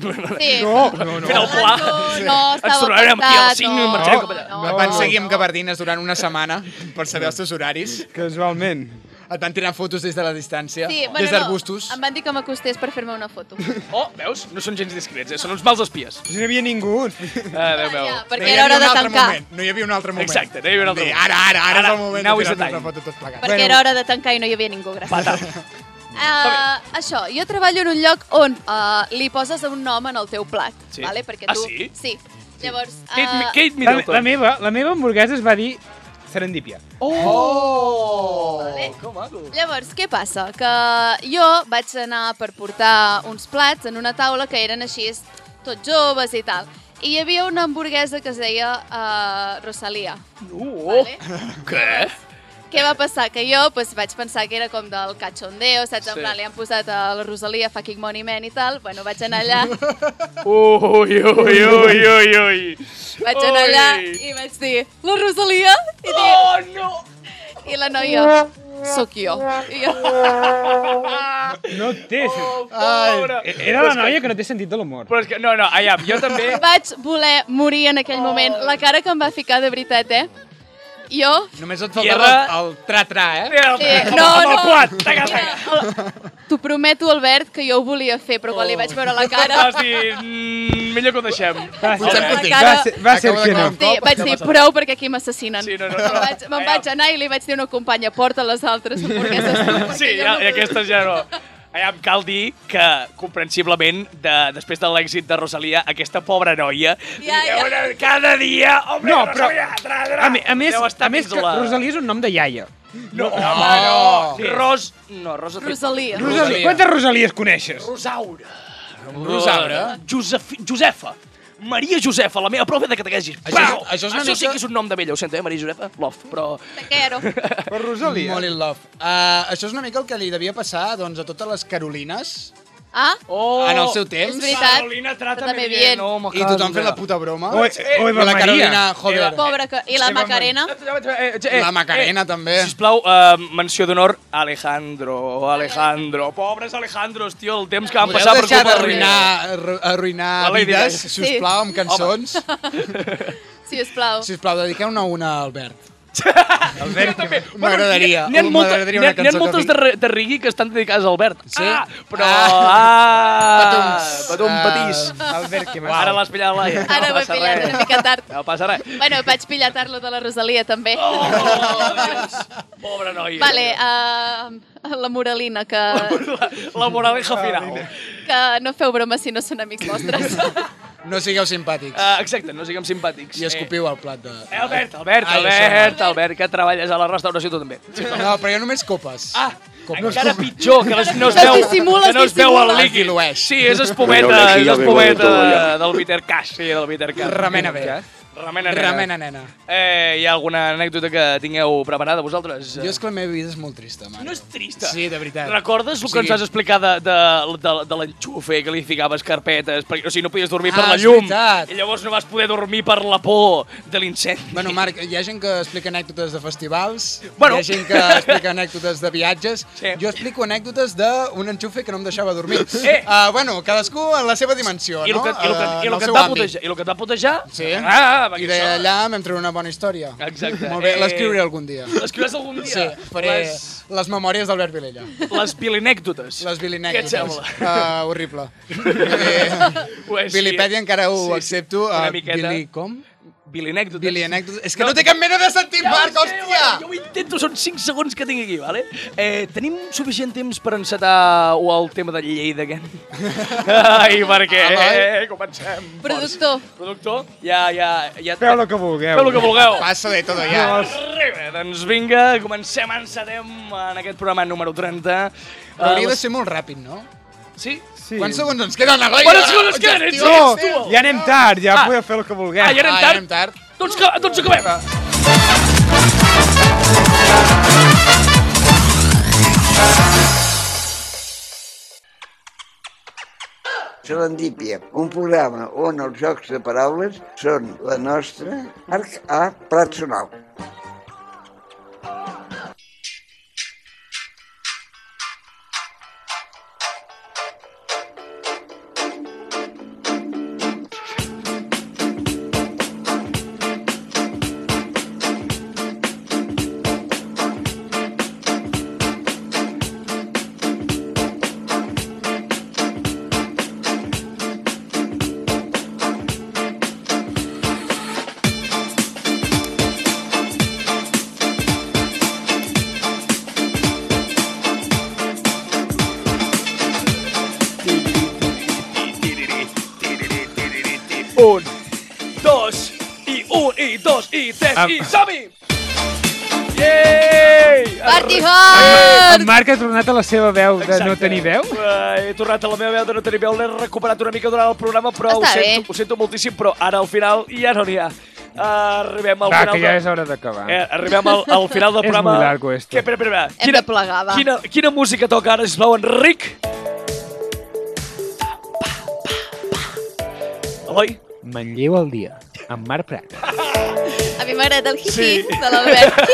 A: Oh.
F: No, no,
A: fent el
F: no.
A: pla.
D: No, no,
A: Ens
D: estava
A: tornarem aquí a les
D: pensat,
A: 5 i
D: no.
A: marxarem
D: No,
A: cap allà.
D: no.
C: Et van seguir amb gabardines durant una setmana per saber els teus horaris.
F: Casualment.
C: Et van tirar fotos des de la distància,
D: Sí, bueno,
C: des
D: no,
C: d'arbustos.
D: Em van dir que m'acostés per fer-me una foto.
A: Oh, veus? No són gens discrets, eh? són uns mals espies. Eh,
F: Si no hi havia ningú.
A: (laughs) Adéu, meu.
D: Ja,
C: No hi
D: perquè era
C: havia
D: hora de
C: un altre
D: tancar.
C: Moment. No hi havia un altre moment.
A: Exacte, no hi havia un altre
C: Dir,
A: moment.
C: Ara, ara, ara,
A: Ara,
C: és el moment
A: now
C: de
A: is the
C: tirar-nos la
A: time.
C: foto tot plegat.
D: Perquè era hora de tancar i no hi havia ningú, gràcies.
A: Fatal.
D: Uh, això, jo treballo en un lloc on uh, li poses un nom en el teu plat,
A: Sí.
D: vale? perquè
A: Ah,
D: tu...
A: sí?
D: Sí. Llavors,
A: Kate, Mi-
D: uh,
A: Kate
F: La,
A: Middleton.
F: la, meva, la meva hamburguesa es va dir serendípia.
A: Oh!
D: Vale.
A: Que maco.
D: llavors, què passa? Que jo vaig anar per portar uns plats en una taula que eren així, tots joves i tal. I hi havia una hamburguesa que es deia uh, Rosalia.
A: Uh, oh.
D: Vale?
A: Què?
D: Què va passar? Que jo pues, vaig pensar que era com del cachondeo, saps?
A: Sí.
D: En plan, li han posat a la Rosalia fucking money man i tal. Bueno, vaig
A: (laughs)
D: anar allà,
A: Ui, ui, ui, ui, ui.
D: vaig anar allà
A: Ui.
D: i vaig dir, la Rosalia? I, dir,
A: Oh, no!
D: I la noia, sóc jo. I jo,
F: No té...
A: Oh,
C: Ai.
A: pobra.
F: Era la noia que no té sentit de l'humor.
A: Però és que, no, no, aviam, jo també...
D: vaig voler morir en aquell moment. La cara que em va ficar, de veritat, eh? Jo...
C: Només et
A: Tierra.
C: faltava el tra-tra, eh?
D: Sí, no,
A: Amb el
D: no.
A: plat, taca,
D: Mira,
A: taca.
D: el- T'ho prometo, Albert, que jo ho volia fer, però quan li vaig veure
A: (laughs)
D: la cara...
A: Oh. Vas dir, mm, millor que ho deixem.
F: Va
C: Potser
F: ser,
D: la
C: contigo.
D: cara-
F: va ser, va ser
C: Acabo
F: que no.
C: d'acabar.
D: Sí, vaig dir, prou, perquè aquí m'assassinen.
A: Sí, no, no,
D: Me'n
A: no.
D: vaig, me'n vaig anar i li vaig dir a una companya, porta les altres hamburgueses. tu, perquè
A: Sí,
D: jo
A: ja, i
D: no vull".
A: aquestes ja no. Aviam, cal dir que, comprensiblement, de, després de l'èxit de Rosalia, aquesta pobra noia...
D: Ja, ja.
A: Una- Cada dia... Home,
F: No, però-
A: Rosalia, tra, tra,
F: A, mi, a més,
A: deu estar
F: a més
A: dins
F: que
A: la...
F: Rosalia és un nom de iaia.
A: No, home, no. Ros... No, Rosa... té-
D: Rosalia.
F: Rosalia. Quantes Rosalies coneixes?
A: Rosaura.
C: Rosaura?
A: Josef... Josefa. Maria Josefa, la meva prova de que t'haguessis.
C: Això-
A: Pau!
C: això és una
A: això sí
C: mica-
A: que és un nom de vella, ho sento, eh, Maria Josefa? Love, però...
D: Te quiero.
F: Però Rosalia.
C: Molt in love. Uh, això és una mica el que li devia passar doncs, a totes les Carolines
D: Ah?
A: Oh,
C: en el seu temps.
D: És veritat.
A: Carolina,
D: Trátame
A: trátame
D: bien.
A: bien. Oh,
C: I tothom fent la puta broma.
F: Oi, oi,
C: la
F: Eva Maria.
C: Carolina, joder.
D: Pobra que... I la Macarena?
C: La
A: eh,
C: Macarena, també.
A: Sisplau, uh, menció d'honor, Alejandro, Alejandro. Pobres Alejandros, tio, el temps que van
C: Podeu
A: passar per
C: deixar
A: culpa de
C: d'arruïnar arru- arruïnar
A: La Lady
C: vides,
A: Gaga.
C: sisplau, amb cançons.
D: Si us plau.
C: Sisplau, dediqueu-ne una a Albert.
A: Albert, també.
C: M'agradaria,
A: N'hi ha, molta,
C: m'agradaria
A: n'hi ha, n'hi
C: una
A: ha
C: cançó que
A: moltes de, re- de rigui que estan dedicades a Albert.
C: Sí?
A: Ah, però... Ah,
C: Ah.
A: ah Patum, patís.
F: Albert, que
A: Ara l'has pillat, Laia.
D: Ara ho he pillat una mica tard.
A: No passa res.
D: Bueno, vaig pillar-lo de la Rosalia, també.
A: Oh, Dios. Pobre noia.
D: Vale, uh, la moralina, que,
A: La, la moraleja
C: Ah,
A: final.
D: que no feu bromes si no són amics
F: (laughs)
D: vostres.
C: No sigueu simpàtics.
A: Uh, exacte, no siguem simpàtics.
C: I escopiu el plat de...
A: Eh, Albert, Albert,
C: Ai, això,
A: Albert, Albert, que treballes a la restauració tu també.
C: No, però jo només copes.
A: Ah,
C: Copes.
A: encara pitjor, que les, no es
D: Les
A: veu,
D: dissimules,
A: que no es veu el
D: dissimules.
A: líquid.
C: Es dilueix.
A: Sí, és espumeta,
E: Veureu-la aquí,
A: és
E: ja veureu
A: espumeta
E: tot allà.
A: del bitter cash, sí, del bitter cash.
C: Remena bé.
A: Remena, nena.
C: Remena, nena.
A: Eh, hi ha alguna anècdota que tingueu preparada vosaltres?
C: Jo és que la meva vida és molt trista, mare.
A: No és trista.
C: Sí, de veritat.
A: Recordes el
C: O
A: que ens
C: sigui-
A: vas explicar de, de, de, de l'enxufe, que li ficaves carpetes, perquè, o sigui, no podies dormir per
C: Ah,
A: la
C: és
A: llum,
C: veritat.
A: i llavors no vas poder dormir per la por de l'incendi.
C: Bueno, Marc, hi ha gent que explica anècdotes de festivals,
A: Bueno.
C: hi ha gent que explica anècdotes de viatges.
A: Sí.
C: Jo explico anècdotes d'un enxufe que no em deixava dormir.
A: Eh!
C: Uh, bueno, cadascú en la seva dimensió,
A: I el
C: no?
A: que, i el que,
C: Eh,
A: i el
C: en el
A: que et
C: seu
A: va
C: àmbit.
A: putejar, i el que et va putejar,
C: Sí.
A: ah, perquè
C: I
A: això...
C: d'allà vam treure una bona història.
A: Exacte.
C: Molt bé,
A: Eh.
C: l'escriuré algun dia.
A: L'escriuràs algun dia?
C: Sí, faré les,
A: Les,
C: les memòries d'Albert Vilella.
A: les bilinècdotes.
C: Les
A: Què
C: bilinècdotes.
A: et sembla?
C: Uh, horrible. eh,
A: Ho és, sí.
C: Bilipèdia encara ho
A: Sí, sí.
C: accepto.
A: Una
C: Uh,
A: miqueta.
C: Bili com?
A: Bilinècdotes.
C: Bilianècdotes. És que no, té cap mena de sentit, Marc,
A: ho sé,
C: hòstia!
A: Jo ho intento, són 5 segons que tinc aquí, vale? Eh, tenim suficient temps per encetar o el tema de Lleida,
C: (laughs)
A: aquest? Ai, per què?
C: Ah, va.
A: eh, comencem.
D: Productor.
F: Eh,
A: Forts. Productor, ja, ja... ja
F: Feu el que vulgueu.
A: Feu el que vulgueu.
C: Passa de todo ja.
F: No,
A: Arriba, doncs vinga, comencem, encetem en aquest programa número 30.
C: Però hauria
A: Eh,
C: de ser molt ràpid, no?
A: Sí?
F: Sí.
C: Quants segons ens queden, Eloi?
A: Quants segons ens queden? Ets
C: Gestió.
A: tu, ets tu.
F: ja anem tard, ja
A: Ah.
F: podeu fer el que vulgueu.
A: Ah, ja anem
C: Ah, ja
A: tard?
C: anem tard.
A: Tots, ca- tots acabem.
B: Serendípia, un programa on els jocs de paraules són la nostra arc a prat sonal.
A: Un, dos, i un, i dos, i tres,
F: Am-
A: i som-hi! Yeeey!
D: Party
F: En
D: hard!
F: Marc ha tornat a la seva veu de no tenir veu.
A: Uh, he tornat a la meva veu de no tenir veu, l'he recuperat una mica durant el programa, però ho
D: Està bé.
A: sento, ho sento moltíssim, però ara al final ja no n'hi ha. Uh, arribem al
F: Va,
A: final
F: que ja
A: de-
F: és hora d'acabar.
A: Eh, arribem al, al final del
F: (laughs) És
A: programa.
F: muy largo esto.
A: Que, espera, espera, espera.
D: Hem de plegar, va.
A: Quina, quina música toca ara, sisplau, Enric? Eloi?
F: Manlleu al dia, amb Marc Prat. eh,
D: A mi m'agrada el hihi
A: Sí.
D: de
F: (laughs)
D: l'Albert.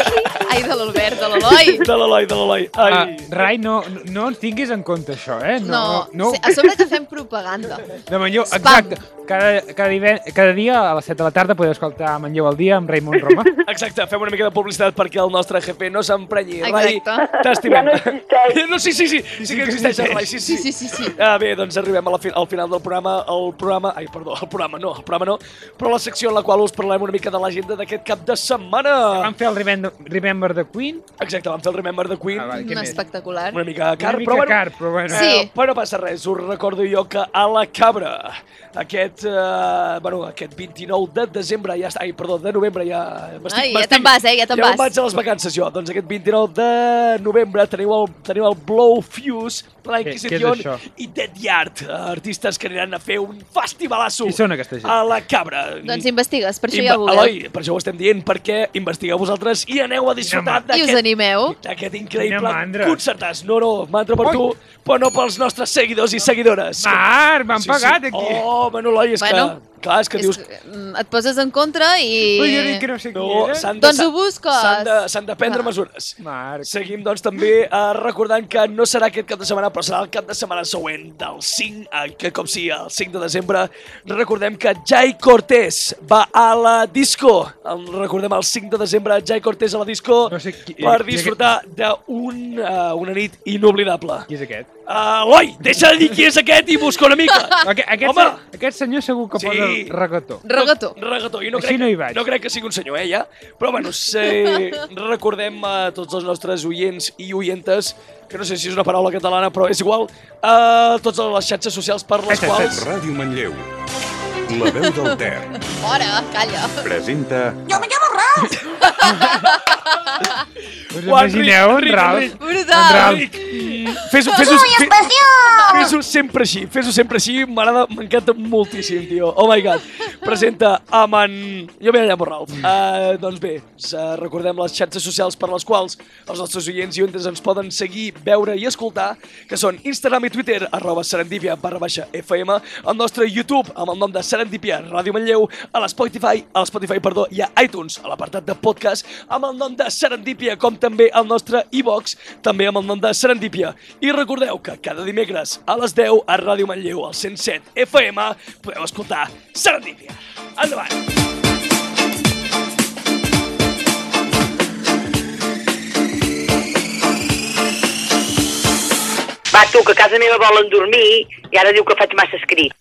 D: Ai, de l'Albert, de l'Eloi.
A: De l'Eloi, de l'Eloi. Ai.
F: Ah, Rai, no, no- no en tinguis en compte això, eh?
D: No,
F: no.
D: sí, a sobre que fem propaganda.
F: De Manlleu,
D: Spam.
F: exacte. Cada, cada, diven, cada dia a les 7 de la tarda podeu escoltar Manlleu al dia amb Raimon
A: (laughs)
F: Roma.
A: Exacte, fem una mica de publicitat perquè el nostre jefe no s'emprenyi. Rai,
D: Exacte.
H: Ja
A: t'estimem.
H: no existeix.
A: (laughs) No, sí, sí, sí, sí que existeix el Rai, sí, sí.
D: Sí, sí, sí, sí.
A: Ah, bé, doncs arribem a la fi al final del programa, el programa... Ai, perdó, el programa no, el programa no, però la secció en la qual us parlem una mica de l'agenda d'aquest cap de setmana.
F: Vam fer el Remember, Remember the Queen.
A: Exacte, vam fer el Remember the Queen.
F: Ah, vale, què
D: Un
F: més?
D: espectacular.
A: Una mica car,
F: Una mica
A: però bueno...
F: car, però bueno.
D: Sí.
A: Eh, però no passa res, us recordo jo que a la cabra, aquest, eh, bueno, aquest 29 de desembre, ja està, ai, perdó, de novembre ja... m'estic-
D: Ai, ja
A: m'estic-
D: te'n vas, eh, ja te'n
A: ja
D: vas.
A: me'n vaig a les vacances jo. Doncs aquest 29 de novembre teniu el, teniu el Blow Fuse, la
F: Què- què és
A: Inquisition
F: això?
A: i Dead Yard, eh, artistes que aniran a fer un festivalasso
F: Qui són aquesta gent?
A: a la cabra.
D: Doncs investigues, per això
A: Inve-
D: ja ho veureu.
A: Eloi, per això ho estem dient, perquè investigueu vosaltres i aneu a disfrutar
D: I us
A: d'aquest
D: animeu.
A: d'aquest
F: Quina
A: increïble
F: mandra.
A: concertàs. No, no, mantra per
F: Ui.
A: tu, però no pels nostres seguidors i seguidores.
F: Marc, Ah, m'han pagat aquí.
A: Oh, Manu Eloi, és
D: Bueno.
A: que... Clar, és que
D: És
A: dius...
D: que, mm, et poses en contra i...
F: Però jo dic que no sé qui
A: No,
F: era.
A: s'han de,
D: Doncs
A: s'han-
D: ho busques.
A: S'han de, s'han de prendre
D: Ah.
A: mesures.
F: Marc.
A: Seguim, doncs, també eh, recordant que no serà aquest cap de setmana, però serà el cap de setmana següent del 5, eh, que com si el 5 de desembre. Recordem que Jai Cortés va a la disco. El, recordem el 5 de desembre, Jai Cortés a la disco
F: No sé qui-
A: per
F: qui-
A: disfrutar d'un uh, una nit inoblidable.
F: Qui és aquest?
A: Uh, Eloi, deixa de dir qui és aquest i busca una mica.
D: (laughs)
F: Aqu
A: Ah.
F: aquest,
A: Home!
F: se- aquest senyor segur que
A: Sí.
F: posa reggaetó.
D: Regató.
A: Regató. I no
F: Així
A: crec,
F: no hi vaig.
A: No crec que sigui un senyor, eh, ja. Però, bueno, sí, recordem a tots els nostres oients i oientes, que no sé si és una paraula catalana, però és igual, a totes les xarxes socials per les
F: Xarxes,
A: quals...
I: Ràdio Manlleu. La veu del Ter
D: Fora, calla.
I: presenta
F: Us
A: Ho, Enric,
F: imagineu en
A: Enric,
F: Ralf?
A: Enric.
D: Brutal.
F: Entrau.
A: Enric, Fes-ho fes fes fes sempre així, fes-ho sempre així, m'agrada, m'encanta moltíssim, tio. Oh my god. Presenta amb en... Jo m'he llamo Ralf. Uh, doncs bé, s- eh, recordem les xarxes socials per les quals els nostres oients i oients ens poden seguir, veure i escoltar, que són Instagram i Twitter, arroba serendipia barra baixa FM, el nostre YouTube amb el nom de Serendipia Ràdio Manlleu, a l'Spotify, a l'Spotify, perdó, i a iTunes, a l'apartat de podcast, amb el nom de Serendipia, com també el nostre iVox, també amb el nom de Serendipia. I recordeu que cada dimecres a les 10 a Ràdio Manlleu, al 107 FM, podeu escoltar Serendipia. Endavant!
J: Va, tu, que a casa meva volen dormir i ara diu que faig massa escrit.